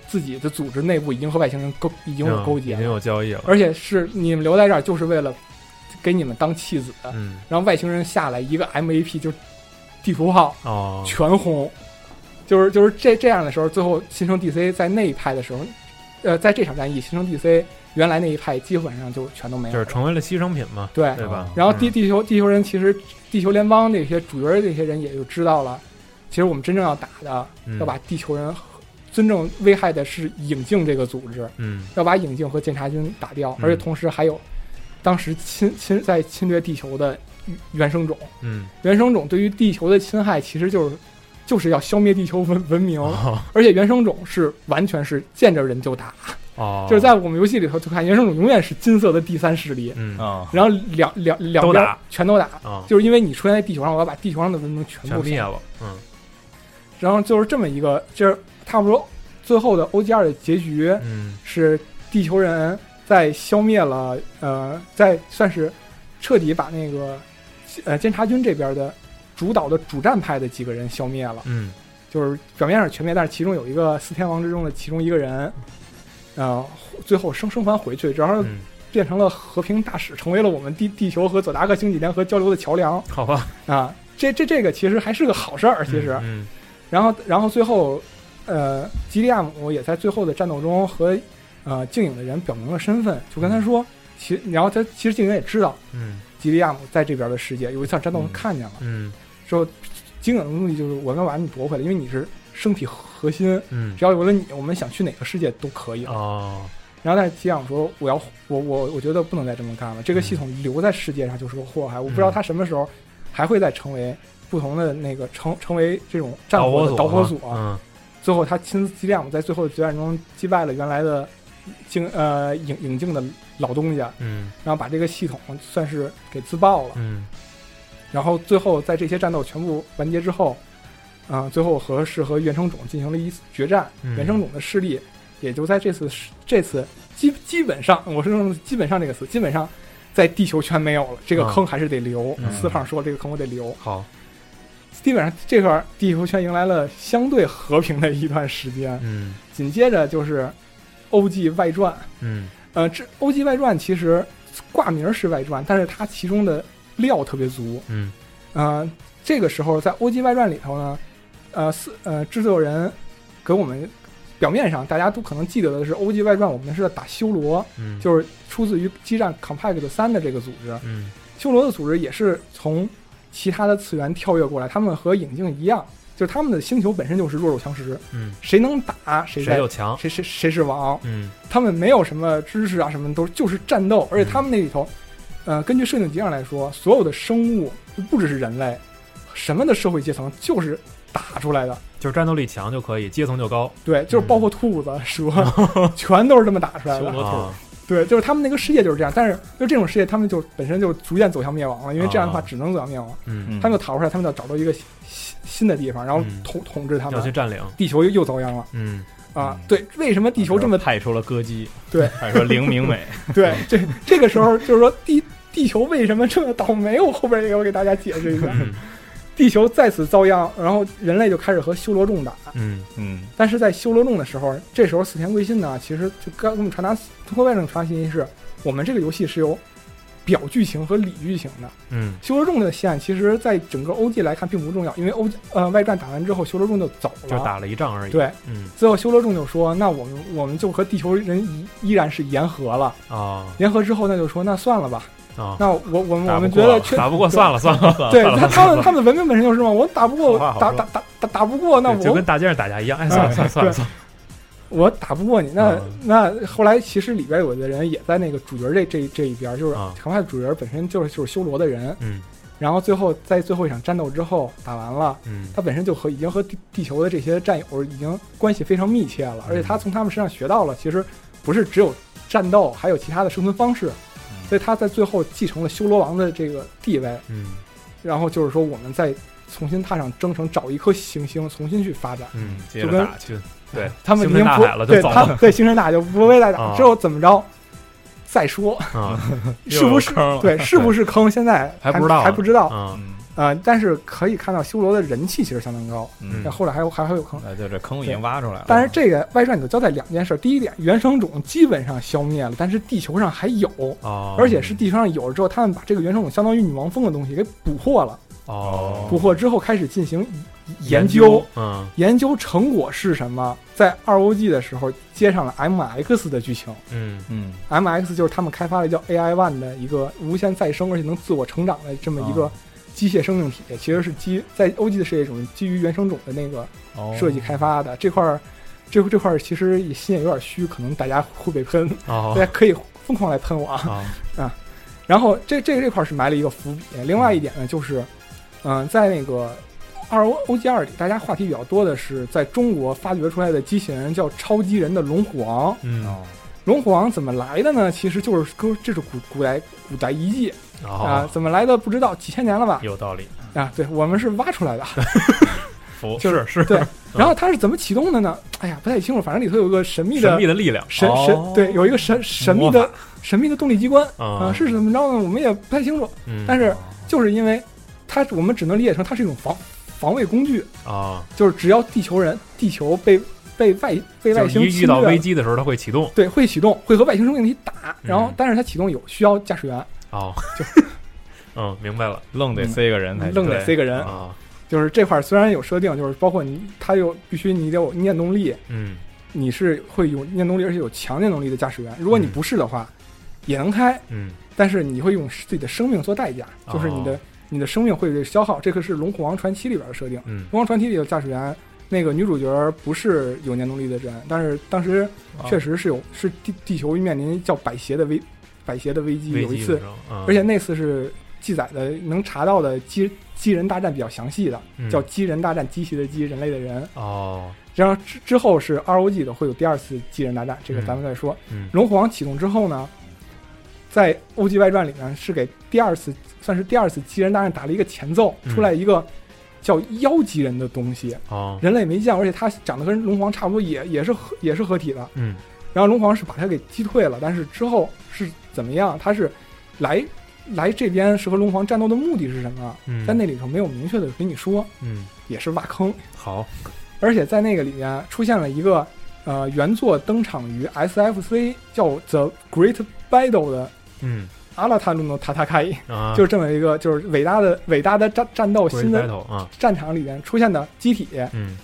自己的组织内部已经和外星人勾已经有
嗯
勾结
已经
了，
有交易了，
而且是你们留在这儿就是为了给你们当弃子，
嗯
让外星人下来一个 MAP 就地图炮
哦
全轰，就是就是这这样的时候，最后新生 DC 在那一派的时候，呃，在这场战役，新生 DC 原来那一派基本上就全都没有
就
了，
是嗯成为了牺牲品嘛，
对
对吧？
然后地地球地球人其实地球联邦这些主角这些人也就知道了，其实我们真正要打的，
嗯
要把地球人真正危害的是影镜这个组织，
嗯
要把影镜和监察军打掉，而且同时还有当时侵侵在侵略地球的原生种，
嗯
原生种对于地球的侵害其实就是。就是要消灭地球文文明，
啊
而且原生种是完全是见着人就打，
哦，
就是在我们游戏里头就看原生种永远是金色的第三势力，
嗯
哦
啊，
然后两两两
都
边
打
全都打
啊，
就是因为你出现在地球上，我要把地球上的文明全
全
部
灭
消
了，嗯
然后就是这么一个，就是差不多最后的 OG 二的结局
嗯
是地球人呃在消灭了呃，在算是彻底把那个呃监察军这边的主导的主战派的几个人消灭了，
嗯
就是表面上是全灭，但是其中有一个四天王之中的其中一个人，呃，最后生生还回去，
嗯
然后变成了和平大使，成为了我们地地球和佐达克星际联合交流的桥梁。
好吧，
啊，这这这个其实还是个好事儿，其实。
嗯
然后然后最后，呃，吉利亚姆也在最后的战斗中和呃静影的人表明了身份，就跟他说，其然后他其实静影也知道
嗯
吉利亚姆在这边的世界，有一场战斗中看见了。
嗯
之后，金梗的目的就是我们要把你夺回来，因为你是身体核心，
嗯
只要有了你，我们想去哪个世界都可以。
哦，
然后但是吉养说，我要我我我觉得不能再这么干了，这个系统留在世界上就是个祸害，我不知道它什么时候还会再成为不同的那个成成为这种战火的导
导
火
火
索
索。
啊
嗯
最后他亲自吉利亚姆在最后的决战中击败了原来的镜呃影影镜的老东家，
嗯
然后把这个系统算是给自爆了。
嗯
然后最后在这些战斗全部完结之后，啊、最后和是和原生种进行了一次决战，
嗯
原生种的势力也就在这次这次基基本上，我是用基本上这个词，基本上在地球圈没有了，这个
嗯
坑还是得留。
嗯
四胖说这个坑我得留，
好，
基本上这块地球圈迎来了相对和平的一段时间。
嗯
紧接着就是《OG 外传》，
嗯
呃，这《OG 外传》其实挂名是外传，但是它其中的料特别足。
嗯
呃，这个时候在《欧 g 外传》里头呢，呃，四呃制作人给我们表面上大家都可能记得的是，《欧 g 外传》我们是在打修罗，
嗯
就是出自于激战 Compact 三的这个组织。
嗯
修罗的组织也是从其他的次元跳跃过来，他们和影镜一样，就是他们的星球本身就是弱肉强食，
嗯
谁能打谁在
谁就强
谁谁谁是王。
嗯
他们没有什么知识啊，什么都就是战斗，而且他们那里头，
嗯
呃，根据设定集上来说，所有的生物不只是人类，什么的社会阶层就是打出来的，
就是战斗力强就可以，阶层就高，
对，就是
嗯
包括兔子、 蛇，全都是这么打出来
修罗兔
的
儿。
对，就是他们那个世界就是这样，但是就这种世界，他们就本身就逐渐走向灭亡了，因为这样的话
啊
只能走向灭亡。
嗯
他们就逃出来，他们就找到一个新新新的地方，然后
嗯
统统治他们，
要去占领
地球又又遭殃了。
嗯
啊，对，为什么地球这么
派出了歌姬，
对，
派出了林明 美，
对，这这个时候就是说地地球为什么这么倒霉？我后边也要给大家解释一
嗯
下。地球再次遭殃，然后人类就开始和修罗众打。
嗯
嗯
但是在修罗众的时候，这时候四田贵信呢，其实就刚给我们传达通过外传传达信息是，我们这个游戏是有表剧情和里剧情的。
嗯
修罗众的线其实，在整个 OG 来看并不重要，因为 OG 呃外传打完之后，修罗众就走了，
就打了一仗而已，
对
嗯
最后修罗众就说：“那我们我们就和地球人依依然是言和了。”
啊
联合之后，那就说那算了吧。
啊，
那我我们我
打不
们
过
觉得
了
确
打不过算了算了算了，
对
算了
他他
算
们
了
他们的文明本身就是嘛，我打不过
好话好
打
说
打打打打不过，那
对就
我嗯
跟大街上打架一样，哎，算了算了算了算了，
我打不过你，那
嗯
那后来其实里边有的人也在那个主角这这这一边，就是
啊
强派主角本身就是就是修罗的人，
嗯
然后最后在最后一场战斗之后打完了，
嗯
他本身就和已经和地地球的这些战友已经关系非常密切了，而且
嗯
他从他们身上学到了，其实不是只有战斗，还有其他的生存方式，所以他在最后继承了修罗王的这个地位，
嗯
然后就是说我们再重新踏上征程，找一颗行星重新去发展。
嗯，
接
就
着
跟
打去，对，
他们已
星辰
经
大
不
海了
对
就走
他
了
对星辰大海就不会再打
啊
之后怎么着再说，
啊，
是不是
又有坑了
对是不是坑？现在
还
还
不知道嗯
还不知道。
啊，
呃，但是可以看到修罗的人气其实相当高，
嗯
但后来还有还会有坑。
呃，就这坑已经挖出来了，
但是这个外传里头交代两件事，第一点，原生种基本上消灭了，但是地球上还有，
哦，
而且是地球上有了之后，他们把这个原生种相当于女王蜂的东西给捕获了。
哦，
捕获之后开始进行研
究，嗯，
研究成果是什么？在二 O G 的时候接上了 M X 的剧情，
嗯嗯
，M X 就是他们开发了叫 A I One 的一个无限再生而且能自我成长的这么一个机械生命体，其实是基在 O G 的世界中基于原生种的那个
哦
哦
设计开发的、这块儿。这这块儿其实也心眼有点虚，可能大家会被喷，
哦
大家可以疯狂来喷我啊、
哦、
啊！然后这这这块儿是埋了一个伏笔。另外一点呢，就是嗯、呃在那个二 O O G 二里，大家话题比较多的是在中国发掘出来的机器人叫超级人的龙虎王。
嗯，
龙虎王怎么来的呢？其实就是跟这是古古代古代遗迹啊、
哦
怎么来的不知道，几千年了吧？
有道理，
啊，对我们是挖出来的。
服
就是
是
对，然后它是怎么启动的呢？哎呀，不太清楚，反正里头有个神秘的
神秘的力量
神
哦
神对，有一个神神秘
魔
的神秘的动力机关
啊
啊，是怎么着呢？我们也不太清楚
嗯，
但是就是因为它，我们只能理解成它是一种防防卫工具，
啊，
就是只要地球人地球被被外被外
就是
星
一
侵
遇
略
到
了
危机的时候，它会启动。
对，会启动，会和外星生命体打，然后
嗯
但是它启动有需要驾驶员，
哦， 嗯，明白了，
愣得塞个人才行，
嗯愣得塞个人
啊，
就是这块儿虽然有设定，就是包括你，它有必须你得有念动力，
嗯，
你是会有念动力，而且有强念动力的驾驶员。如果你不是的话，也能开，
嗯，
但是你会用自己的生命做代价，就是你的、
哦
你的生命会被消耗。这个是《龙虎王传奇》里边的设定，
嗯
龙虎王传奇》里的驾驶员。那个女主角不是有念动力的人，但是当时
啊
确实是有，是地地球面临叫百邪的危，百邪的危机。
危
有一
机
次
的时候啊，
而且那次是记载的能查到的机机人大战比较详细的，
嗯
叫机人大战，机器的机，人类的人。
哦，
然后之之后是 ROG 的，会有第二次机人大战，这个咱们再说。
嗯
龙虎王启动之后呢，在《OG 外传》里面是给第二次，算是第二次机人大战打了一个前奏，
嗯
出来一个叫妖机人的东西，
哦，
人类没见过，而且它长得跟龙皇差不多，也也是合也是合体的。
嗯，
然后龙皇是把他给击退了，但是之后是怎么样？他是来来这边是和龙皇战斗的目的是什么？
嗯
在那里头没有明确的给你说，
嗯，
也是挖坑。
好，
而且在那个里面出现了一个呃原作登场于 SFC 叫 The Great Battle 的
嗯，
阿拉塔鲁诺塔塔卡伊
啊，
就是这么一个就是伟大的伟大的战战斗
Great
新的
Battle，啊
战场里面出现的机体，
嗯，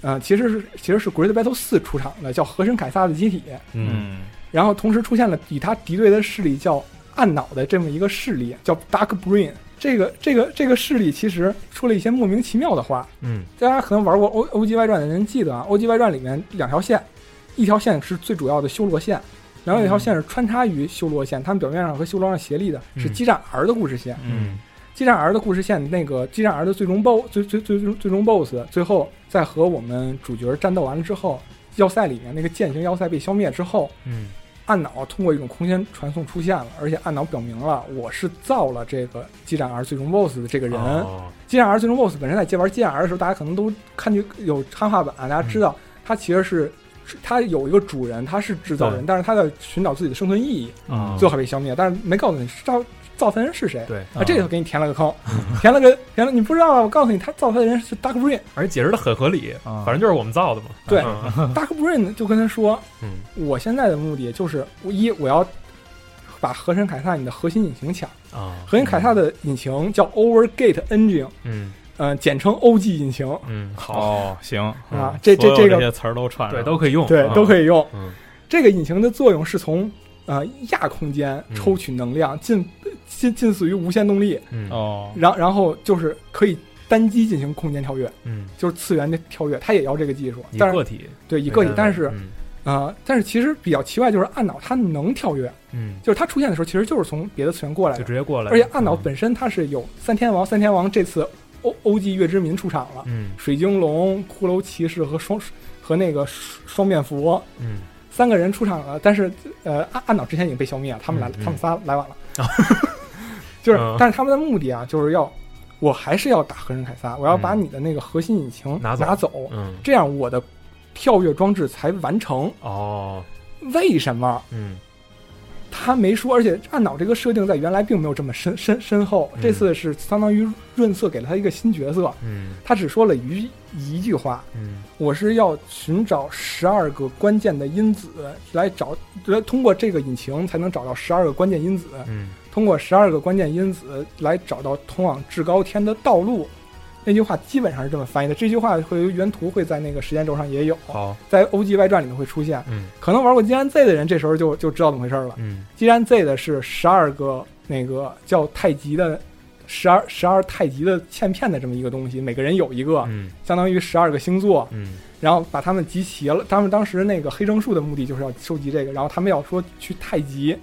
呃，其实是其实是 Great Battle 四出场的，叫和神凯撒的机体，
嗯，
然后同时出现了与他敌对的势力叫暗脑的这么一个势力，叫 Dark Brain。这个这个这个势力其实说了一些莫名其妙的话，
嗯，
大家可能玩过《O O G 外传》的人记得啊，《O G 外传》里面两条线，一条线是最主要的修罗线，
嗯
然后一条线是穿插于修罗线，他们表面上和修罗上协力的是
嗯
激战 R 的故事线。
嗯，
激战 R 的故事线，那个激战 R 的最终 BOSS 最最最最最终 BOSS，最后在和我们主角战斗完了之后，要塞里面那个剑形要塞被消灭之后，
嗯，
暗脑通过一种空间传送出现了，而且暗脑表明了我是造了这个激战 R 最终 BOSS 的这个人。
哦
激战 R 最终 BOSS 本身在接玩激战 R 的时候，大家可能都看见有汉化版，大家知
嗯
道他其实是。他有一个主人，他是制造人，
对
但是他在寻找自己的生存意义，
哦
最后被消灭，但是没告诉你造造他人是谁。
嗯对
啊，这就给你填了个坑， 填了个填了，你不知道啊？我告诉你，他造他的人是 Dark Brain，
而且解释的很合理，
哦
反正就是我们造的嘛，
对
嗯
，Dark Brain 就跟他说，
嗯，
我现在的目的就是，一我要把和神凯撒你的核心引擎抢，
啊，
核心凯撒的引擎叫 Overgate Engine，
嗯
呃，简称 OG 引擎，
嗯，
好，哦行
啊这这
所有
这个
些词儿都串上了，
对都可以用
对，都可以用。
嗯
这个引擎的作用是从呃亚空间抽取能量，近近近似于无限动力，
嗯
哦，
然然后就是可以单机进行空间跳跃，
嗯，
就是次元的跳跃，它也要这个技术，
以
但是
个体
对以个体
为单位，
但是
嗯
呃，但是其实比较奇怪就是暗脑它能跳跃，
嗯，
就是它出现的时候其实就是从别的次元过来
就
的，
直接过来，嗯
而且暗脑本身它是有三天王，三天王这次欧欧记月之民出场了，
嗯
水晶龙、骷髅骑士和双和那个双双面佛，
嗯，
三个人出场了，但是呃，暗暗脑之前已经被消灭了，他们来了，
嗯嗯
他们仨来晚了， 就是
嗯，
但是他们的目的啊，就是要我还是要打核人凯撒，我要把你的那个核心引擎
嗯拿走
走，
嗯
这样我的跳跃装置才完成。
哦，
为什么？
嗯
他没说，而且暗脑这个设定在原来并没有这么深深深厚，
嗯
这次是相当于润色给了他一个新角色，
嗯
他只说了一一句话，
嗯
我是要寻找十二个关键的因子，来找来通过这个引擎才能找到十二个关键因子，
嗯
通过十二个关键因子来找到通往至高天的道路。那句话基本上是这么翻译的。这句话会原图会在那个时间轴上也有，
好，
在 OG 外传里头会出现。
嗯，
可能玩过《激安 Z》的人这时候就就知道怎么回事了。
嗯，
《激安 Z》的是十二个那个叫太极的十二十二太极的嵌片的这么一个东西，每个人有一个，
嗯，
相当于十二个星座。
嗯，
然后把他们集齐了。他们当时那个黑生术的目的就是要收集这个，然后他们要说去太极。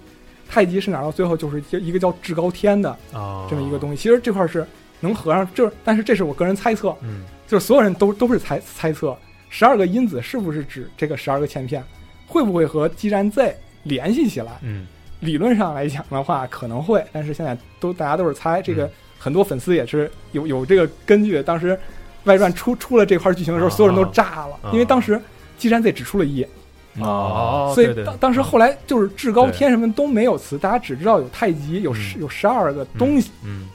太极是哪儿？到最后就是一个叫至高天的
哦
这么一个东西。其实这块是能合上，这但是这是我个人猜测，
嗯，
就是所有人都都是猜猜测，十二个因子是不是指这个十二个嵌片，会不会和基站 Z 联系起来？
嗯，
理论上来讲的话可能会，但是现在都大家都是猜，这个很多粉丝也是
嗯
有有这个根据。当时外传出出了这块剧情的时候，
啊
所有人都炸了，
啊
因为当时基站 Z 只出了一。
哦，
所以
对对
当
对
当时后来就是至高天什么都没有词，大家只知道有太极，有十有十二个东西。
嗯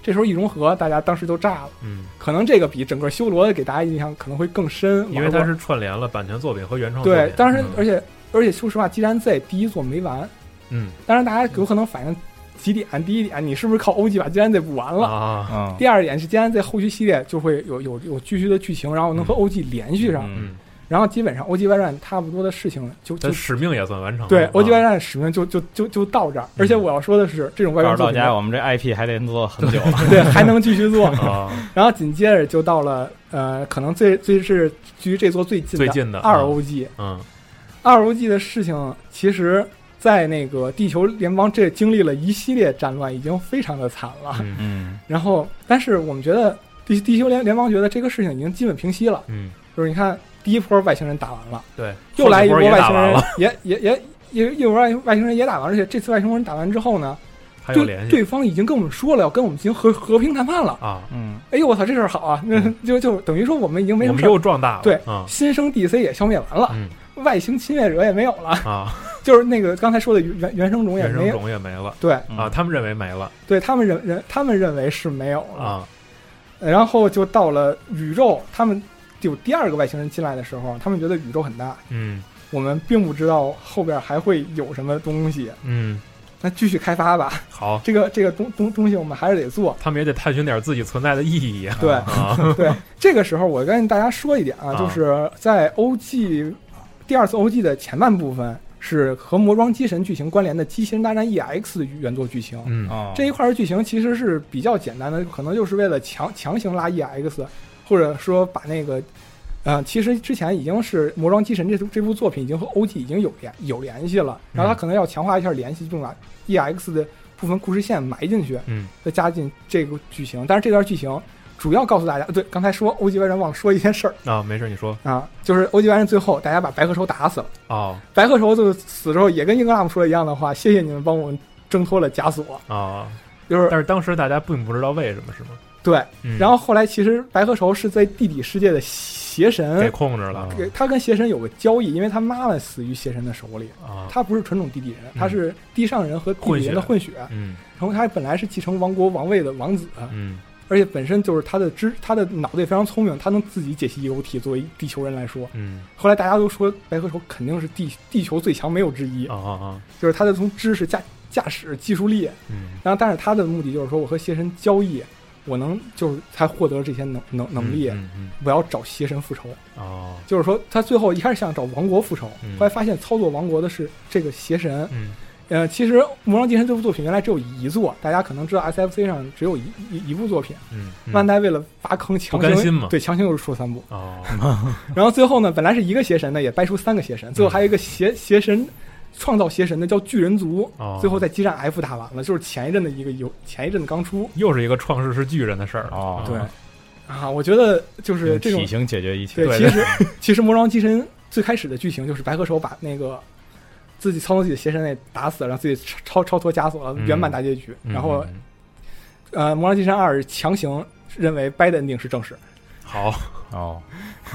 这时候一融合，大家当时都炸了。
嗯，
可能这个比整个修罗给大家印象可能会更深，
因为它
玩过
是串联了版权作品和原创作品。
对，当时
嗯
而且而且说实话，既然 Z 第一座没完，
嗯
当然大家有可能反映几点，第一点，你是不是靠欧 G 把既然 Z 补完了？
嗯
啊
第二点是既然 Z 后续系列就会有有有继续的剧情，然后能和欧 G 连续上，
嗯，
然后基本上欧 G 外传差不多的事情就
它
就
使命也算完成了。
对，
我
欧 G 外传的使命就就就就到这儿。而
嗯
且我要说的是，这种外
告
传
诉
作
大
品
家，我们这 IP 还得做很 久了。
对，还能继续 做。
啊
哦
然后紧接着就到了呃，可能最最是距离这座最近
最近的
二 OG。
嗯，
二 OG 的事情，其实在那个地球联邦这经历了一系列战乱，已经非常的惨了。
嗯
然后，但是我们觉得地地球联联邦觉得这个事情已经基本平息了。
嗯，
就是你看第一波外星人打完了，
对，
又来一波
后几也
外
打
星
完
人
了，
也也也也又外外星人也打完，而且这次外星人打完之后呢，
还有联
对
系
对方已经跟我们说了要跟我们进行和和平谈判了。
啊，
嗯，
哎呦我操，这事儿好啊！那 就就等于说我们已经没什
嗯我
么
们
事儿
又壮大了。
对
啊，
新生 DC 也消灭完了，
嗯
外星侵略者也没有了，
啊，
就是那个刚才说的原原生种也
原
没嗯
生
有，
种也没了。
对
啊，他们认为没了
对他们认认他们认为是没有了，
啊，
然后就到了宇宙，他们有第二个外星人进来的时候，他们觉得宇宙很大，
嗯
我们并不知道后边还会有什么东西，
嗯，
那继续开发吧，
好，
这个这个东东东西我们还是得做，
他们也得探寻点自己存在的意义啊。
对、
啊，
对，这个时候我跟大家说一点啊，
啊
就是在 OG 第二次 OG 的前半部分是和魔装机神剧情关联的《机器人大战 EX》原作剧情。
嗯
哦
这一块儿剧情其实是比较简单的，可能就是为了强强行拉 EX，或者说把那个，呃，其实之前已经是《魔装机神这》这部作品已经和 OG 已经有联有联系了，然后他可能要强化一下联系，并把 EX 的部分故事线埋进去。
嗯
再加进这个剧情。但是这段剧情主要告诉大家，对，刚才说欧吉外人忘了说一件事儿
啊，没事，你说
啊，就是欧吉外人最后大家把白鹤愁打死了，
哦
白鹤愁就死之后也跟英格拉姆说的一样的话，谢谢你们帮我们挣脱了枷锁，
啊，
就是
但是当时大家并不知道为什么，是吗？
对。
嗯
然后后来其实白鹤愁是在地底世界的邪
给
神。
控制了
给他跟邪神有个交易，因为他妈妈死于邪神的手里，
啊，
他不是纯种地底人，
嗯
他是地上人和地底人的混
混
血，
嗯
然后他本来是继承王国王位的王子，
嗯
而且本身就是他的知，他的脑袋非常聪明，他能自己解析 EOT。作为地球人来说，
嗯
后来大家都说白鹤愁肯定是地地球最强没有之一，
啊啊啊，
就是他的从知识驾驾驶技术力，
嗯
然后但是他的目的就是说我和邪神交易，我能就是才获得了这些能能能力，
嗯嗯
我要找邪神复仇。
嗯哦
就是说他最后一开始想找王国复仇，
嗯
后来发现操作王国的是这个邪神。
嗯
呃，其实《魔装精神》这部作品原来只有一座，大家可能知道 SFC 上只有一一一部作品，
嗯，
万
嗯
代为了挖坑，强
不
行
甘心嘛
对，强行又出了三部。
哦
然后最后呢，本来是一个邪神呢，也掰出三个邪
嗯
神，最后还有一个邪邪神创造邪神的叫巨人族
哦，
最后在激战 F 打完了，就是前一阵的一个游，前一阵的刚出。
又是一个创世是巨人的事儿了嗯
哦，
对，啊，我觉得就是这种
体型解决一切，
对，其实其实魔装机身最开始的剧情就是白鹤手把那个。自己操纵自己的邪神给打死了，让自己超超超脱枷锁了，
嗯
圆满大结局。
嗯
然后，
嗯
呃，《魔装机神二》强行认为 Bad Ending 是正史，
好
哦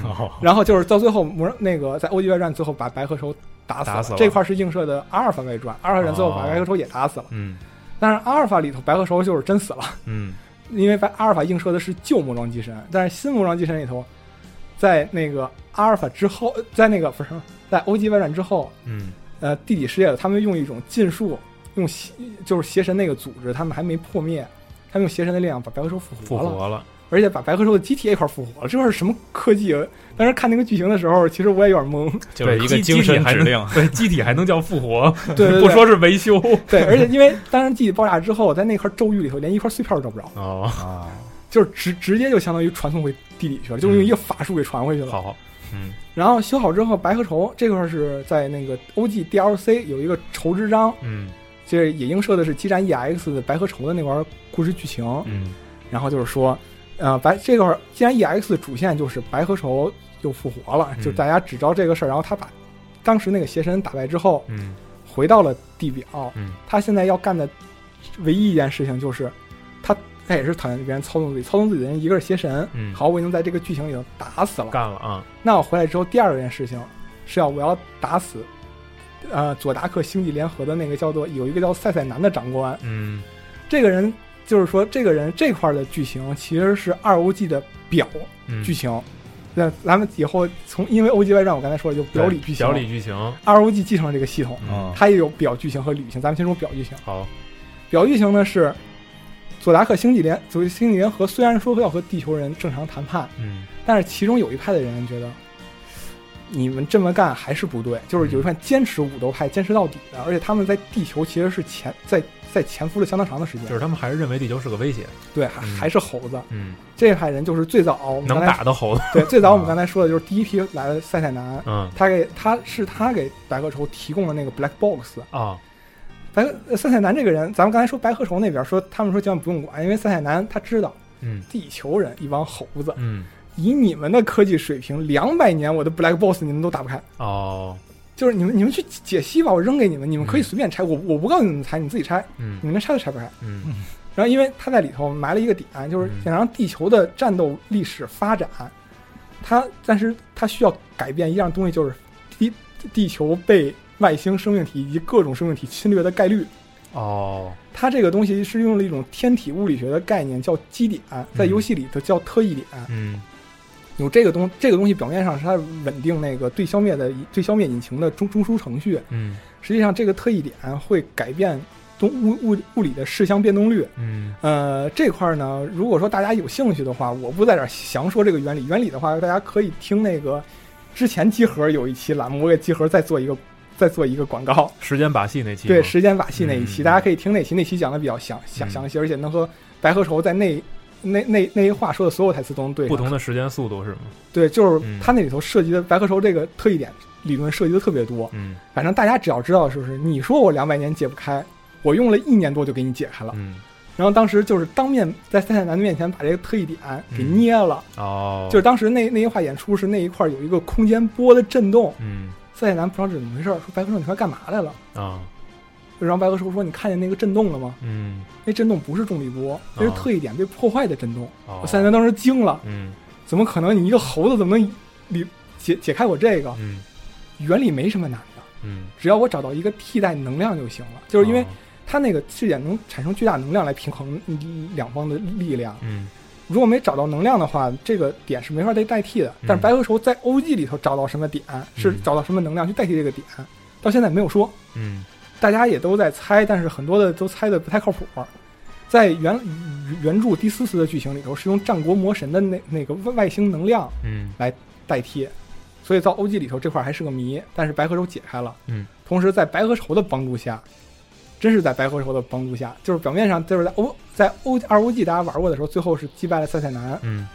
哦，
然后就是到最后魔那个在欧吉外传最后把白鹤手打死了，
打死了
这块是映射的阿尔法外传，阿尔法人最后把
哦
白鹤手也打死了，
嗯
但是阿尔法里头白鹤手就是真死了，
嗯
因为白阿尔法映射的是旧魔装机神，但是新魔装机神里头，在那个阿尔法之后，呃在那个不是在欧吉外传之后，
嗯
呃，地底世界他们用一种禁术，用邪就是邪神那个组织，他们还没破灭，他们用邪神的力量把白鹤手复
复
活了，
活了
而且把白鹤兽的机体也一块儿复活了，这是什么科技？啊？当时看那个剧情的时候，其实我也有 点懵，
就是一个精神指令，
对机体还能叫复活，
对对对
不说是维 修，
对，而且因为当时机体爆炸之后，在那块咒域里头连一块碎片都找不着，
哦，
就是直直接就相当于传送回地底去了，就是用一个法术给传回去了。
嗯好，嗯，
然后修好之后，白鹤愁这块是在那个 OG DLC 有一个愁之章，
嗯，
这也映射的是激战 EX 的白鹤愁的那块故事剧情，
嗯，
然后就是说，呃，白这块既然 EX 的主线就是白鹤愁又复活了，
嗯
就大家只知道这个事儿，然后他把当时那个邪神打败之后，
嗯，
回到了地表，
嗯，
他现在要干的唯一一件事情就是，他他也是讨厌别人操纵自己，操纵自己的人一个是邪神，
嗯
好，我已经在这个剧情里头打死了，
干了啊，
那我回来之后，第二件事情是要我要打死，呃，佐达克星际联合的那个叫做有一个叫赛赛南的长官。
嗯，
这个人就是说，这个人这块儿的剧情其实是二 OG 的表
嗯
剧情。那咱们以后从因为 OG 外传，我刚才说了，就表里剧情，啊
表里剧情，
二 OG 继承了这个系统，
嗯
啊
它也有表剧情和里剧情。咱们先说表剧情。
好，
表剧情呢是佐达克星际联佐星际联合虽然说要和地球人正常谈判，
嗯，
但是其中有一派的人觉得你们这么干还是不对，就是有一派坚持武斗派，坚持到底的，而且他们在地球其实是潜在在潜伏了相当长的时间，
就是他们还是认为地球是个威胁，
对还
嗯
还是猴子。
嗯，
这一派人就是最早我们
能
刚才
打的猴子，
对，最早我们刚才说的就是第一批来的赛赛男，
嗯
他给他是他给白鹤愁提供了那个 black box
啊，
白鹤呃赛赛男这个人，咱们刚才说白鹤愁那边说，他们说千万不用管，因为赛赛男他知道
嗯
地球人一帮猴子，
嗯，
以你们的科技水平，两百年我的 black box 你们都打不开，
哦，
就是你们你们去解析吧，我扔给你们，你们可以随便拆，我我不告诉你们拆，你自己拆，
嗯
你们拆都拆不开。
嗯
然后因为他在里头埋了一个点，就是想让地球的战斗历史发展，他但是他需要改变一样东西，就是地地球被外星生命体以及各种生命体侵略的概率。
哦，
它这个东西是用了一种天体物理学的概念，叫基点，在游戏里头叫特异点。
嗯
有这个东这个东西表面上是它稳定那个对消灭的对消灭引擎的中中枢程序，
嗯
实际上这个特异点会改变动物物物理的视相变动率。
嗯
呃，这块儿呢，如果说大家有兴趣的话，我不在这儿详说这个原理。原理的话，大家可以听那个之前集合有一期栏目，我给集合再做一个再做一个广告。
时间把戏那期吗，
对时间把戏那一期，
嗯
大家可以听那期，那期讲的比较详
嗯
详详细，而且能和白鹤愁在那那那那一话说的所有台词都能对上。
不同的时间速度是吗？
对，就是
嗯
它那里头涉及的白鹤愁这个特异点理论涉及的特别多。
嗯
反正大家只要知道，就是你说我两百年解不开，我用了一年多就给你解开了。
嗯，
然后当时就是当面在赛赛男的面前把这个特异点给捏了，
嗯哦，
就是当时那那一块演出是那一块有一个空间波的震动，
嗯
赛赛男不知道是怎么回事，说白鹤兽你快干嘛来了？
啊
然后白鹤兽说你看见那个震动了吗？
嗯
那震动不是重力波，那是特异点被破坏的震动。
哦
赛赛男当时惊了，
嗯
怎么可能？你一个猴子怎么能理解解开我这个？
嗯
原理没什么难的，
嗯，
只要我找到一个替代能量就行了。就是因为
哦
它那个质点能产生巨大能量来平衡嗯两方的力量。
嗯
如果没找到能量的话，这个点是没法再代替的。但是白河愁在 OG 里头找到什么点，是找到什么能量去代替这个点，到现在没有说，
嗯
大家也都在猜，但是很多的都猜的不太靠谱。在原原著第四次的剧情里头，是用战国魔神的那那个外外星能量
嗯
来代替，所以到 OG 里头这块还是个谜，但是白河愁解开了。
嗯，
同时在白河愁的帮助下，真是在白河愁的帮助下，就是表面上就是在 O 在 O 二 OG 大家玩过的时候，最后是击败了赛赛男，
嗯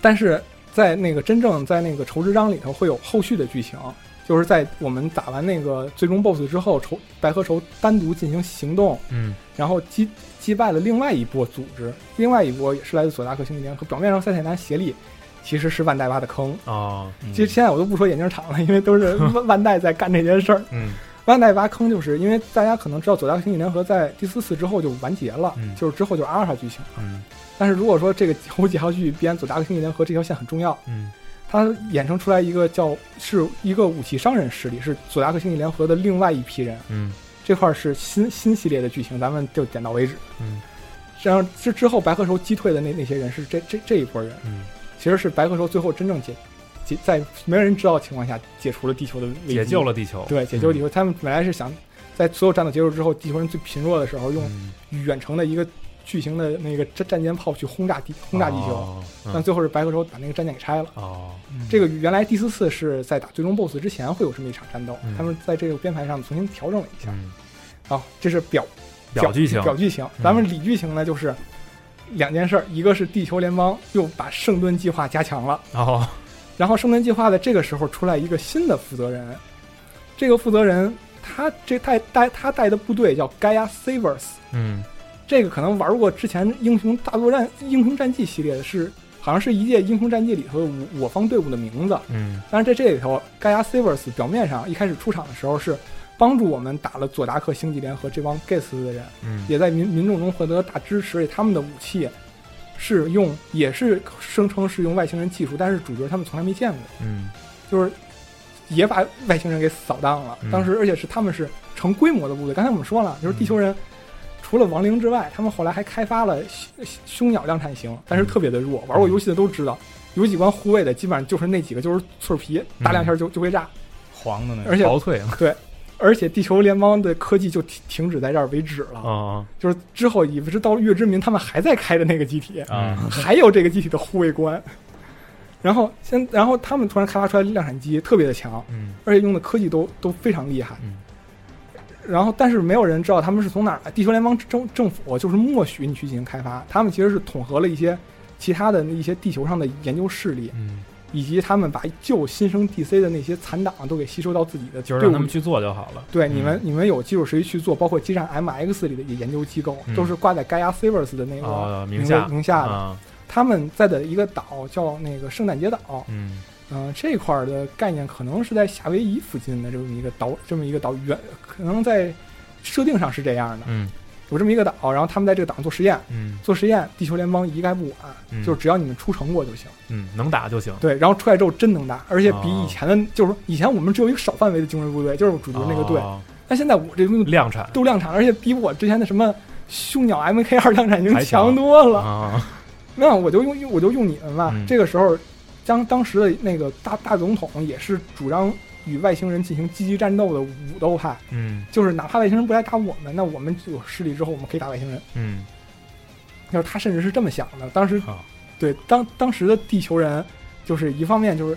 但是在那个真正在那个仇之章里头会有后续的剧情，就是在我们打完那个最终 BOSS 之后，仇白河愁单独进行行动，
嗯
然后击击败了另外一波组织，另外一波也是来自索达克星际联合，表面上赛赛男协力。其实是万代挖的坑，
哦
其实现在我都不说眼镜厂了，因为都是万万代在干这件事儿。
嗯
万代挖坑就是因为大家可能知道，佐大星际联合在第四次之后就完结了，
嗯
就是之后就是阿尔法剧情了。
嗯
但是如果说这个后几条续编佐达克星际联合这条线很重要，
嗯
它衍生出来一个叫是一个武器商人势力，是佐达克星际联合的另外一批人。
嗯
这块儿是新新系列的剧情，咱们就点到为止。
嗯，
然后之之后白鹤兽击退的那那些人是这这这一波人，
嗯，
其实是白鹤兽最后真正解解在没有人知道的情况下解除了地球的危机，
解救了嗯地球，
对，解救地球。他们本来是想在所有战斗结束之后，地球人最贫弱的时候，用
嗯
远程的一个巨型的那个战战舰炮去轰炸地轰炸地球，
哦嗯
但最后是白河州把那个战舰给拆了。
哦，
这个原来第四次是在打最终 BOSS 之前会有这么一场战斗，
嗯
他们在这个编排上重新调整了一下。
嗯
啊，这是表
表剧情
表剧情。
嗯
咱们里剧情呢，就是两件事儿，一个是地球联邦又把圣盾计划加强了，
然后
然后圣盾计划的这个时候出来一个新的负责人，这个负责人他这带带他带的部队叫 Gaia Savers，
嗯
这个可能玩过之前《英雄大作战》《英雄战记》系列的是，好像是一届《英雄战记》里头的我我方队伍的名字。
嗯
但是在这里头，盖亚 Savers 表面上一开始出场的时候是帮助我们打了佐达克星际联合这帮 g a s 的人，
嗯
也在民民众中获得大支持，而且他们的武器是用也是声称是用外星人技术，但是主角他们从来没见过，
嗯
就是也把外星人给扫荡了
嗯。
当时而且是他们是成规模的部队，刚才我们说了，就是地球人。除了亡灵之外，他们后来还开发了凶凶鸟量产型，但是特别的弱。玩过游戏的都知道，有几关护卫的基本上就是那几个，就是脆皮，打两下就就会炸。
黄的那个，
而且
薄脆啊
对，而且地球联邦的科技就停停止在这儿为止了。
哦
就是之后，以不知道月之民他们还在开着那个机体，
啊
还有这个机体的护卫官。然后先，然后他们突然开发出来量产机特别的强，
嗯
而且用的科技都都非常厉害。
嗯
然后，但是没有人知道他们是从哪儿来。地球联邦政政府啊就是默许你去进行开发，他们其实是统合了一些其他的一些地球上的研究势力，
嗯，
以及他们把旧新生 DC 的那些残党都给吸收到自己的
就是
队
让
伍
他们去做就好了。
对，
嗯
你们你们有技术谁去做？包括基站 MX 里的研究机构，
嗯
都是挂在 Gaia Savers 的那
哦
个
名
下
下
名下的。
啊
他们在的一个岛叫那个圣诞节岛，
嗯
嗯、这块儿的概念可能是在夏威夷附近的这么一个岛，这么一个岛原可能在设定上是这样的，
嗯
有这么一个岛，然后他们在这个岛上做实验，
嗯
做实验，地球联邦一概不管，
嗯
就只要你们出成果就行。
嗯，能打就行。
对，然后出来之后真能打，而且比
哦
以前的，就是说以前我们只有一个少范围的精锐部队，就是主角那个队，
哦
但现在我这东西
量产
都量产，而且比我之前的什么凶鸟 M K 二量产已经
还强
强多了。
啊，
那我就用我就用你们吧。
嗯
这个时候，将当时的那个大大总统也是主张与外星人进行积极战斗的武斗派，
嗯
就是哪怕外星人不来打我们，那我们有势力之后，我们可以打外星人。
嗯
就是他甚至是这么想的。当时
啊，
对当当时的地球人，就是一方面就是，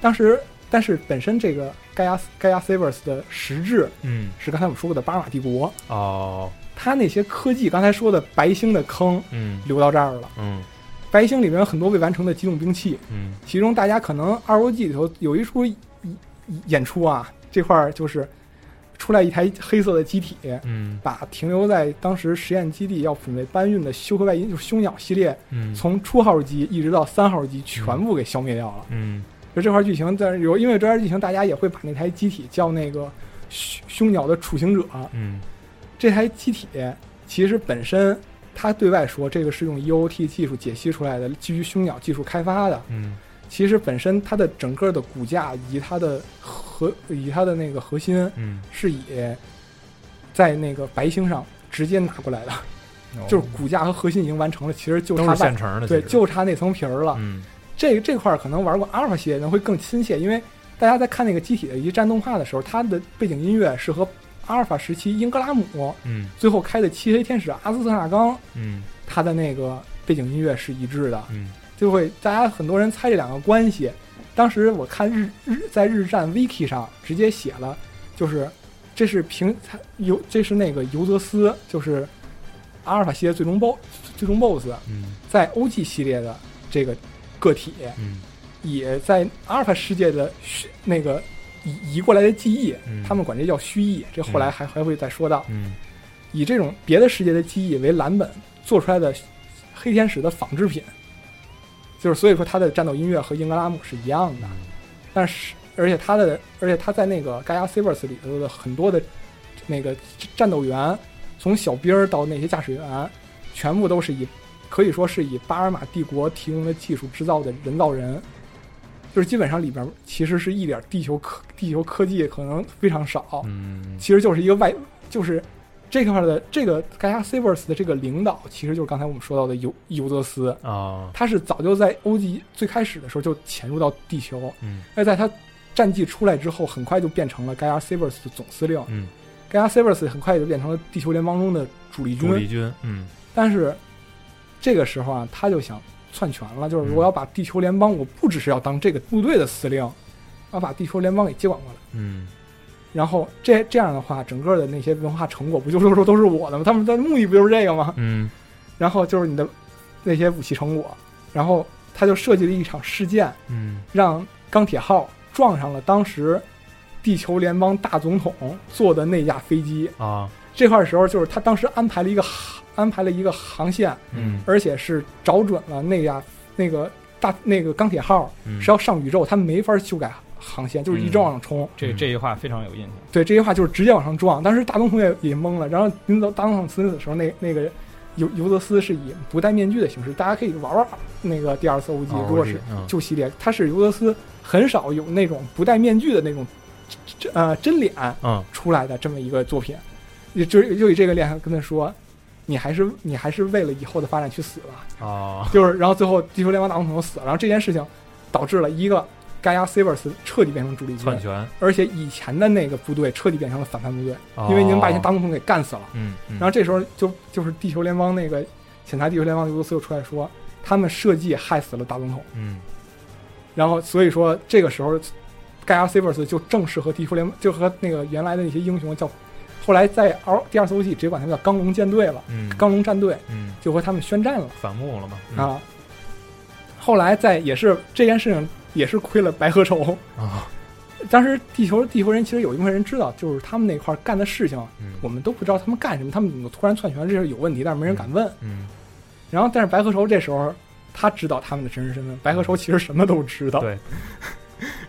当时但是本身这个盖亚盖亚 Savers 的实质
嗯
是刚才我们说过的巴尔马帝国，
哦
它那些科技，刚才说的白星的坑
嗯
留到这儿了。
嗯
白星里面有很多未完成的机动兵器，
嗯
其中大家可能 ROG 里头有一出演出啊，这块儿就是出来一台黑色的机体，
嗯
把停留在当时实验基地要准备搬运的休克外因，就是凶鸟系列，
嗯
从初号机一直到三号机全部给消灭掉了。
嗯
就这块剧情，但是有因为这块剧情，大家也会把那台机体叫那个凶凶鸟的处刑者，
嗯
这台机体其实本身它对外说这个是用 EOT 技术解析出来的，基于凶鸟技术开发的。
嗯
其实本身它的整个的骨架以及它的核以及它的那个核心
嗯
是以在那个白星上直接拿过来的，就是骨架和核心已经完成了，其实就
哦都
差
是现
外
成的，
对，
其实
就差那层皮儿了。
嗯
这这块儿可能玩过阿尔法系列的会更亲切，因为大家在看那个机体的一战动画的时候，它的背景音乐是和阿尔法时期英格拉姆
嗯
最后开的漆黑天使阿斯特纳冈，
嗯
它的那个背景音乐是一致的，
嗯
就会大家很多人猜这两个关系。当时我看日日在日战 Wiki 上直接写了，就是这是平他尤这是那个尤泽斯，就是阿尔法系列最终 BOSS 最终 BOSS
嗯
在 OG 系列的这个个体，
嗯
也在阿尔法世界的虚那个移移过来的记忆，
嗯
他们管这叫虚忆，这后来还、还会再说到。
嗯
以这种别的世界的记忆为蓝本做出来的黑天使的仿制品，就是所以说它的战斗音乐和英格拉姆是一样的，但是而且它的而且它在那个 Gaia Savers 里头的很多的那个战斗员，从小兵儿到那些驾驶员，全部都是以可以说是以巴尔马帝国提供的技术制造的人造人。就是基本上里边儿其实是一点儿地球科地球科技可能非常少，
嗯
其实就是一个外，就是这块的这个 Gaia Savers 的这个领导，其实就是刚才我们说到的尤尤泽斯，
啊
他是早就在欧 g 最开始的时候就潜入到地球，
嗯
而在他战绩出来之后，很快就变成了 Gaia Savers 的总司令。
嗯
Gaia Savers 很快也就变成了地球联邦中的主力
主
军，
力军嗯
但是这个时候啊，他就想篡权了，就是我要把地球联邦，我不只是要当这个部队的司令，我要把地球联邦给接管过来。
嗯，
然后这这样的话，整个的那些文化成果不就是说都是我的吗？他们的目的不就是这个吗？
嗯，
然后就是你的那些武器成果，然后他就设计了一场事件，
嗯，
让钢铁号撞上了当时地球联邦大总统坐的那架飞机
啊。
这块儿时候就是他当时安排了一个航安排了一个航线，
嗯
而且是找准了那架那个大那个钢铁号
嗯
啊
是要上宇宙，他没法修改航线，就是一直往上冲。
这这句话非常有印象。
对这些话就是直接往上撞。当时大总统也也懵了，然后临走大总统辞职的时候，那那个尤尤泽斯是以不戴面具的形式，大家可以玩玩那个第二次 OG，、
哦
如果
OG
是
嗯
旧系列，他是尤泽斯很少有那种不戴面具的那种真呃真脸
嗯
出来的这么一个作品，也就就以这个脸跟他说。你还是你还是为了以后的发展去死吧，
哦，
就是，然后最后地球联邦大总统死了，然后这件事情导致了一个盖亚 Savers 彻底变成主力军
篡，权，
而且以前的那个部队彻底变成了反叛部队，
哦
因为已经把以前大总统给干死了。
嗯嗯
然后这时候就就是地球联邦那个检察地球联邦的尤罗斯又出来说，他们设计害死了大总统。
嗯
然后所以说这个时候，盖亚 Savers 就正式和地球联就和那个原来的那些英雄叫，后来在 R 第二次游戏直接管他们叫钢龙舰队了，
嗯
钢龙战队，
嗯，
就和他们宣战了。
反目了嘛，嗯
啊。后来在也是这件事情也是亏了白河愁
啊。
当时地球地球人其实有一部分人知道，就是他们那块儿干的事情，
嗯
我们都不知道他们干什么，他们怎么突然篡权，这是有问题，但是没人敢问。
嗯，
然后但是白河愁这时候他知道他们的真实身份，白河愁其实什么都 知道。
对。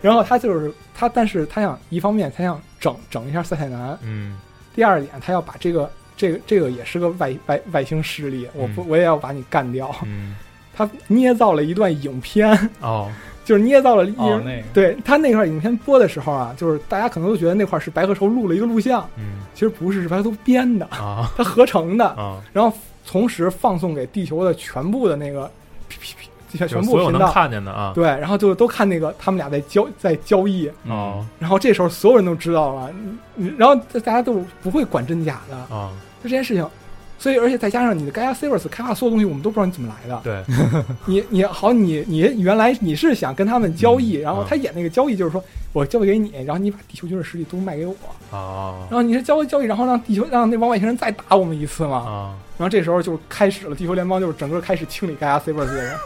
然后他就是他，但是他想一方面他想整整一下赛塞南，
嗯
第二点，他要把这个这个这个也是个外外外星势力，我不、我也要把你干掉。
嗯，
他捏造了一段影片，
哦，
就是捏造了一、
哦那个
对他那块影片播的时候啊，就是大家可能都觉得那块是白鹤愁录了一个录像，
嗯
其实不是，是白鹤愁编的
啊，
他合成的，
啊
然后同时放送给地球的全部的那个。
就
全全
是
部
所有
频
能
道
看见的啊
对，然后就都看那个他们俩在交在交易，
哦
然后这时候所有人都知道了，嗯嗯然后大家都不会管真假的，
啊，
就这件事情。所以，而且再加上你的 Gaia Servers 开发所有东西，我们都不知道你怎么来的。
对，
你你好，你你原来你是想跟他们交
嗯
易，然后他演那个交易就是说我交易给你，然后你把地球军事实力都卖给我，
哦
然后你是交易交易，然后让地球让那帮外星人再打我们一次嘛。
啊，
然后这时候就开始了，地球联邦就是整个开始清理 Gaia Servers 的人，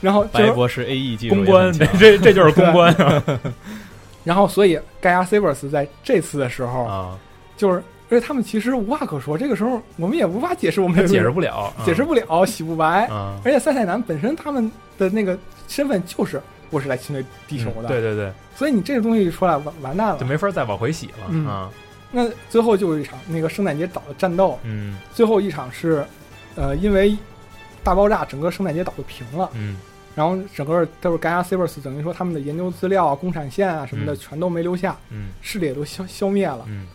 然后就是
白博士 AE 技术
公关
也很强
这这就是公 关
对
然后，所以盖亚 Savers 在这次的时候，
啊、
就是而且他们其实无话可说，这个时候我们也无法解释，我们也
解释不了嗯
解释不了，洗不白。
嗯
而且赛塞南本身他们的那个身份就是我是来侵略地球的，
嗯对对对，
所以你这个东西一出来完完蛋了
就。没法再往回洗了、
嗯
啊，
那最后就有一场那个圣诞节岛的战斗，
嗯
最后一场是，呃，因为大爆炸，整个圣诞节岛就平了。
嗯
然后整个都是 Gaia Savers，等于说他们的研究资料啊、工产线啊什么的
嗯
全都没留下，
嗯
势力也都消消灭了。
嗯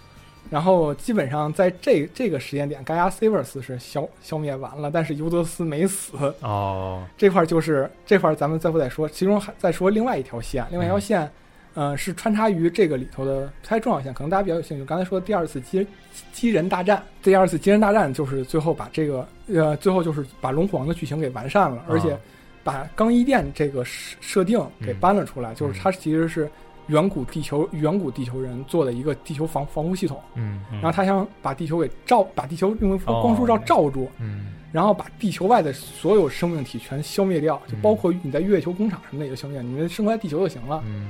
然后基本上在这这个时间点，Gaia Savers 是消消灭完了，但是尤德斯没死。
哦，
这块儿就是这块，咱们再不再说。其中还再说另外一条线，另外一
嗯
条线，呃，是穿插于这个里头的不太重要线，可能大家比较有兴趣。刚才说的第二次机机人大战，第二次机人大战就是最后把这个呃，最后就是把龙虎王的剧情给完善了，而
啊
且把刚一殿这个设设定
嗯
给搬了出来，就是它其实是远古地球远古地球人做的一个地球防防护系统，
嗯嗯
然后他想把地球给罩，把地球用
哦
光束罩罩住，
嗯
然后把地球外的所有生命体全消灭掉，就包括你在月球工厂什么的也就消灭，你们生活在地球就行了。
嗯，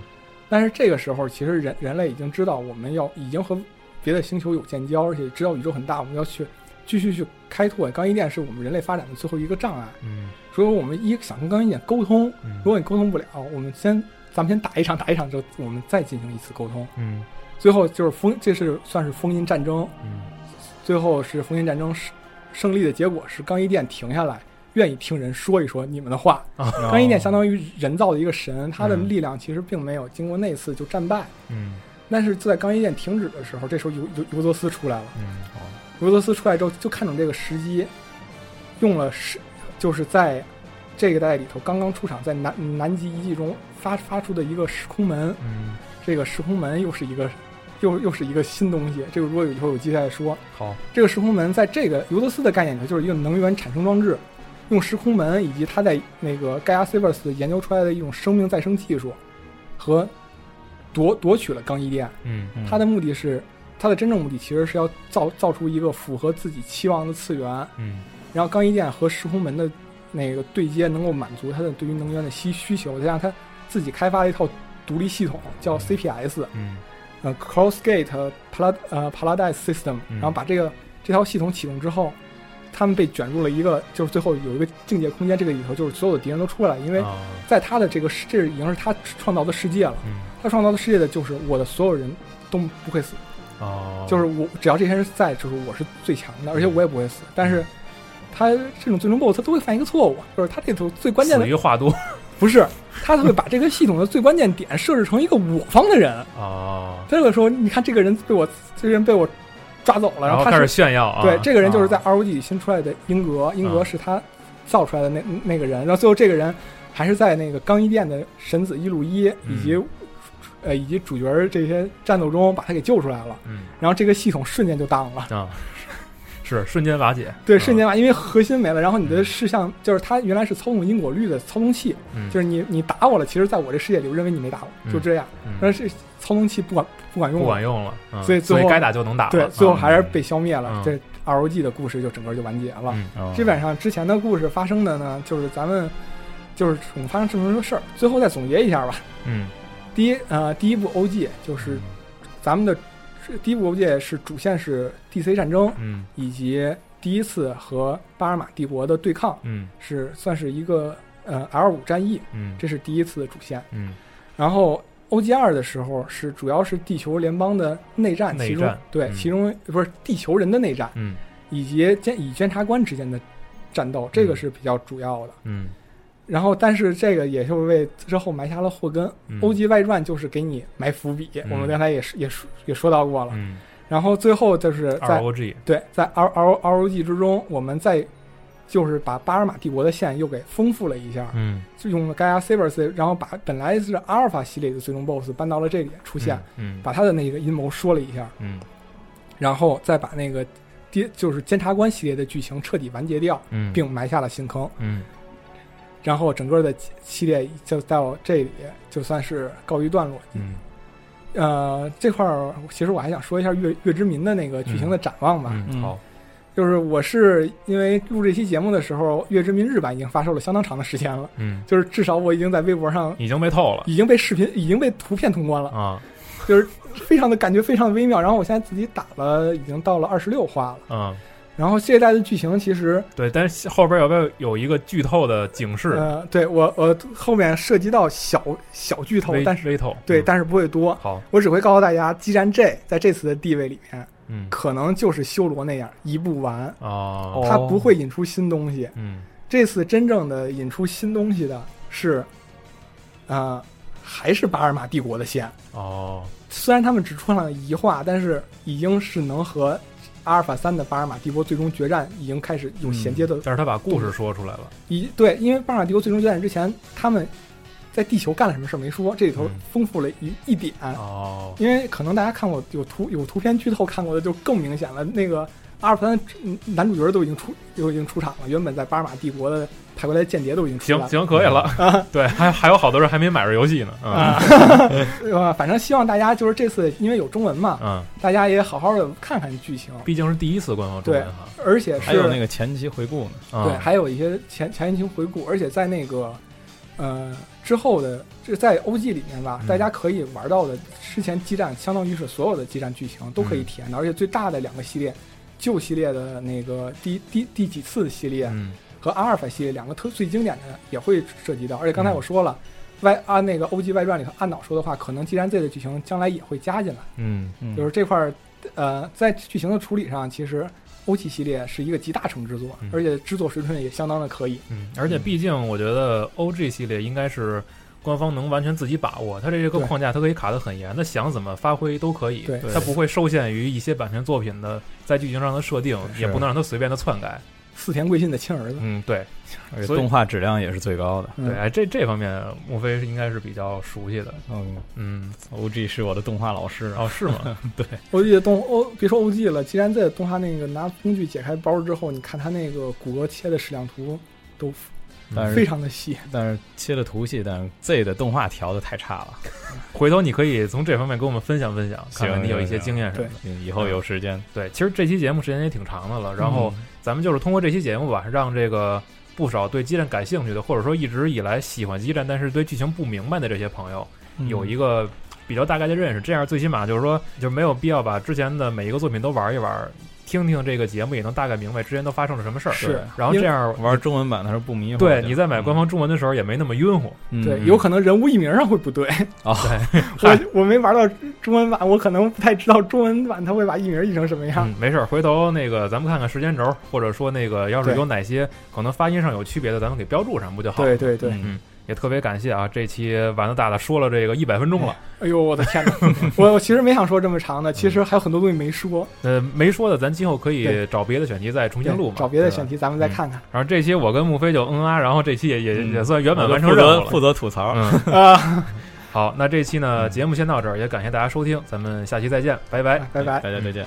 但是这个时候，其实人人类已经知道我们要已经和别的星球有建交，而且知道宇宙很大，我们要去继续去开拓。刚一电是我们人类发展的最后一个障碍，
嗯
所以我们一想跟刚一电沟通，如果你沟通不了，我们先咱们先打一场，打一场之后，我们再进行一次沟通。
嗯
最后就是封，这是算是封印战争，
嗯，
最后是封印战争胜胜利的结果是刚一殿停下来，愿意听人说一说你们的话。
啊
刚一殿相当于人造的一个神，他的力量其实并没有经过那次就战败，
嗯
但是就在刚一殿停止的时候，这时候尤尤尤泽斯出来了。
嗯
尤泽斯出来之后，就看准这个时机，用了是就是在这个代里头刚刚出场，在南南极遗迹中发发出的一个时空门。
嗯，
这个时空门又是一个又又是一个新东西。这个如果以后有机会再说。
好，
这个时空门在这个尤德斯的概念里头就是一个能源产生装置，用时空门以及他在那个盖亚 Sivers 研究出来的一种生命再生技术和夺夺取了钢 E 一殿。
嗯嗯
他的目的是，他的真正目的其实是要造造出一个符合自己期望的次元。
嗯，
然后钢一殿和时空门的那个对接，能够满足他的对于能源的需需求，再让他自己开发了一套独立系统，叫 CPS。
嗯，
呃，Crossgate Pala 呃 Paradise System，
嗯
然后把这个这套系统启动之后，他们被卷入了一个就是最后有一个境界空间，这个里头就是所有的敌人都出来，因为
哦
在他的这个世，这已经是他创造的世界了。
嗯
他创造的世界的就是我的所有人都不会死，
哦，嗯
就是我只要这些人在，就是我是最强的，而且我也不会死。但是他这种最终 BOSS 他都会犯一个错误，就是他这头最关键的
死于话多
不是，他会把这个系统的最关键点设置成一个我方的人。
哦，
他就会说：“你看这个人被我，这个人被我抓走
然
了，然后
后
他
开始
是
炫耀啊
对，这个人就是
啊
在 ROG 里新出来的英格，英格是他造出来的那那个人。然后最后这个人还是在那个钢一殿的神子伊鲁伊
嗯
以及呃以及主角儿这些战斗中把他给救出来了。
嗯
然后这个系统瞬间就荡了。
啊，是瞬间瓦解，
对，瞬间吧，因为核心没了，然后你的事项就是它原来是操纵因果律的操纵器，
嗯
就是你你打我了，其实在我这世界里，我认为你没打我，就这样
嗯嗯。
但是操纵器不管不管用了，
不管用了嗯
所以最后
所以该打就能打了
对，
嗯
最后还是被消灭了
嗯。
这 ROG 的故事就整个就完结了
嗯哦。
基本上之前的故事发生的呢，就是咱们就是总发生这么多事儿，最后再总结一下吧。
嗯
第一呃，第一部 OG 就是咱们的第一部 OG 是主线是 DC 战争，
嗯
以及第一次和巴尔马帝国的对抗，
嗯
是算是一个呃 L 五战役，
嗯
这是第一次的主线。
嗯
然后 OG 二的时候是主要是地球联邦的内战，
内
其中
战
对、
嗯
其中不是地球人的内战，
嗯
以及监与监察官之间的战斗，这个是比较主要的。
嗯
然后，但是这个也就为之后埋下了祸根。
嗯
OG 外传就是给你埋伏笔，
嗯
我们刚才也是也说也说到过了。
嗯
然后最后就是在
ROG
对，在 R R R O G 之中，我们再就是把巴尔马帝国的线又给丰富了一下，
嗯，
就用了 Gaia Savers，然后把本来是阿尔法系列的最终 BOSS 搬到了这里出现，
嗯嗯
把他的那个阴谋说了一下，
嗯
然后再把那个第就是监察官系列的剧情彻底完结掉，
嗯
并埋下了新坑，
嗯
然后整个的系列就到这里就算是告一段落。
嗯
呃，这块儿其实我还想说一下《月月之民》的那个剧情的展望吧。
嗯好，
就是我是因为录这期节目的时候，《月之民》日版已经发售了相当长的时间了，
嗯
就是至少我已经在微博上
已经被透了
已经被视频、已经被图片通关了，
啊
就是非常的感觉非常的微妙。然后我现在自己打了，已经到了二十六话了。
嗯。
然后这一代的剧情其实，
对，但是后边有没有有一个剧透的警示？
呃，对我我后面涉及到小小剧透
微，
但是
微透
对，但是不会多。
好，
我只会告诉大家，既然 J 在这次的地位里面，
嗯
可能就是修罗那样一步完，
哦
它不会引出新东西，
嗯，
这次真正的引出新东西的是，呃，还是巴尔马帝国的线。
哦，
虽然他们只出了一话，但是已经是能和阿尔法三的巴尔马帝国最终决战已经开始有衔接的。
但是他把故事说出来了，
一对，因为巴尔马帝国最终决战之前，他们在地球干了什么事儿没说，这里头丰富了一、一点。
哦，
因为可能大家看过有图有图片剧透看过的就更明显了，那个阿尔法三嗯男主角都已经出都已经出场了，原本在巴尔马帝国的派过来的间谍都已经出来
行
了。
行，可以了。
嗯啊
对，还还有好多人还没买着游戏呢。
啊
嗯，
呃，反正希望大家就是这次因为有中文嘛，
嗯，
大家也好好的看看剧情，
毕竟是第一次官方中
对
文哈。，嗯
而且是
还有那个前期回顾呢，
啊
对，还有一些前前情回顾，而且在那个呃之后的这在 OG 里面吧，大家可以玩到的之前激战，相当于是所有的激战剧情都可以体验到，而且最大的两个系列，旧系列的那个第第第几次系列
嗯
和阿尔法系列两个特最经典的也会涉及到，而且刚才我说了。外啊，那个《OG 外传》里头，按导说的话，可能《激战 Z》的剧情将来也会加进来。
嗯，嗯
就是这块儿，呃，在剧情的处理上，其实欧气系列是一个集大成之作，而且制作水准也相当的可以。
嗯，而且毕竟我觉得 OG 系列应该是官方能完全自己把握，它这个
对
框架它可以卡得很严，它想怎么发挥都可以
对，
它不会受限于一些版权作品的在剧情上的设定，也不能让它随便的篡改。
四田贵信的亲儿子，
嗯，对，
而且
所以
动嗯画质量也是最高的。
对，哎，这这方面莫非是应该是比较熟悉的。
嗯
嗯
，OG 是我的动画老师啊
哦，是吗？
对，
欧 G 的动欧，别说欧 G 了，既然在动画那个拿工具解开包之后，你看他那个骨骼切的矢量图，都
嗯但是
非常的细，
但是切的图细，但是 Z 的动画调的太差 了。
回头你可以从这方面跟我们分享分享，看看
行
你有一
行
些
行
经验什么的。
以后有时间，
对，其实这期节目时间也挺长的了，然后
嗯
咱们就是通过这期节目吧，让这个不少对基站感兴趣的，或者说一直以来喜欢基站但是对剧情不明白的这些朋友，
嗯
有一个比较大概的认识。这样最起码就是说，就没有必要把之前的每一个作品都玩一玩，听听这个节目也能大概明白之前都发生了什么事儿。
是
然后这样
玩中文版的时候不
嗯
迷糊。嗯
对你在买官方中文的时候也没那么晕乎。
对，有可能人物译名上会不对。
哦，
我我没玩到中文版，我可能不太知道中文版它会把译名译成什么样。
嗯，没事儿，回头那个咱们看看时间轴，或者说那个要是
对
有哪些可能发音上有区别的，咱们给标注上不就好？
对对对
嗯，也特别感谢啊，这期丸子大大说了这个一百分钟了，
哎呦，我的天 哪！我我其实没想说这么长的，其
嗯
实还有很多东西没说。
呃，没说的咱今后可以
对
找别的选题再重新
对
录嘛，
找别的
对吧嗯
选。题咱们再看看。
然后这期我跟木飞就嗯啊，然后这期也也、也算圆满
我就
完成
负
任务
责
了，
负责吐槽
嗯
啊。
好，那这期呢节目先到这儿，也感谢大家收听，咱们下期再见，拜拜，
嗯啊拜拜，
大家再见。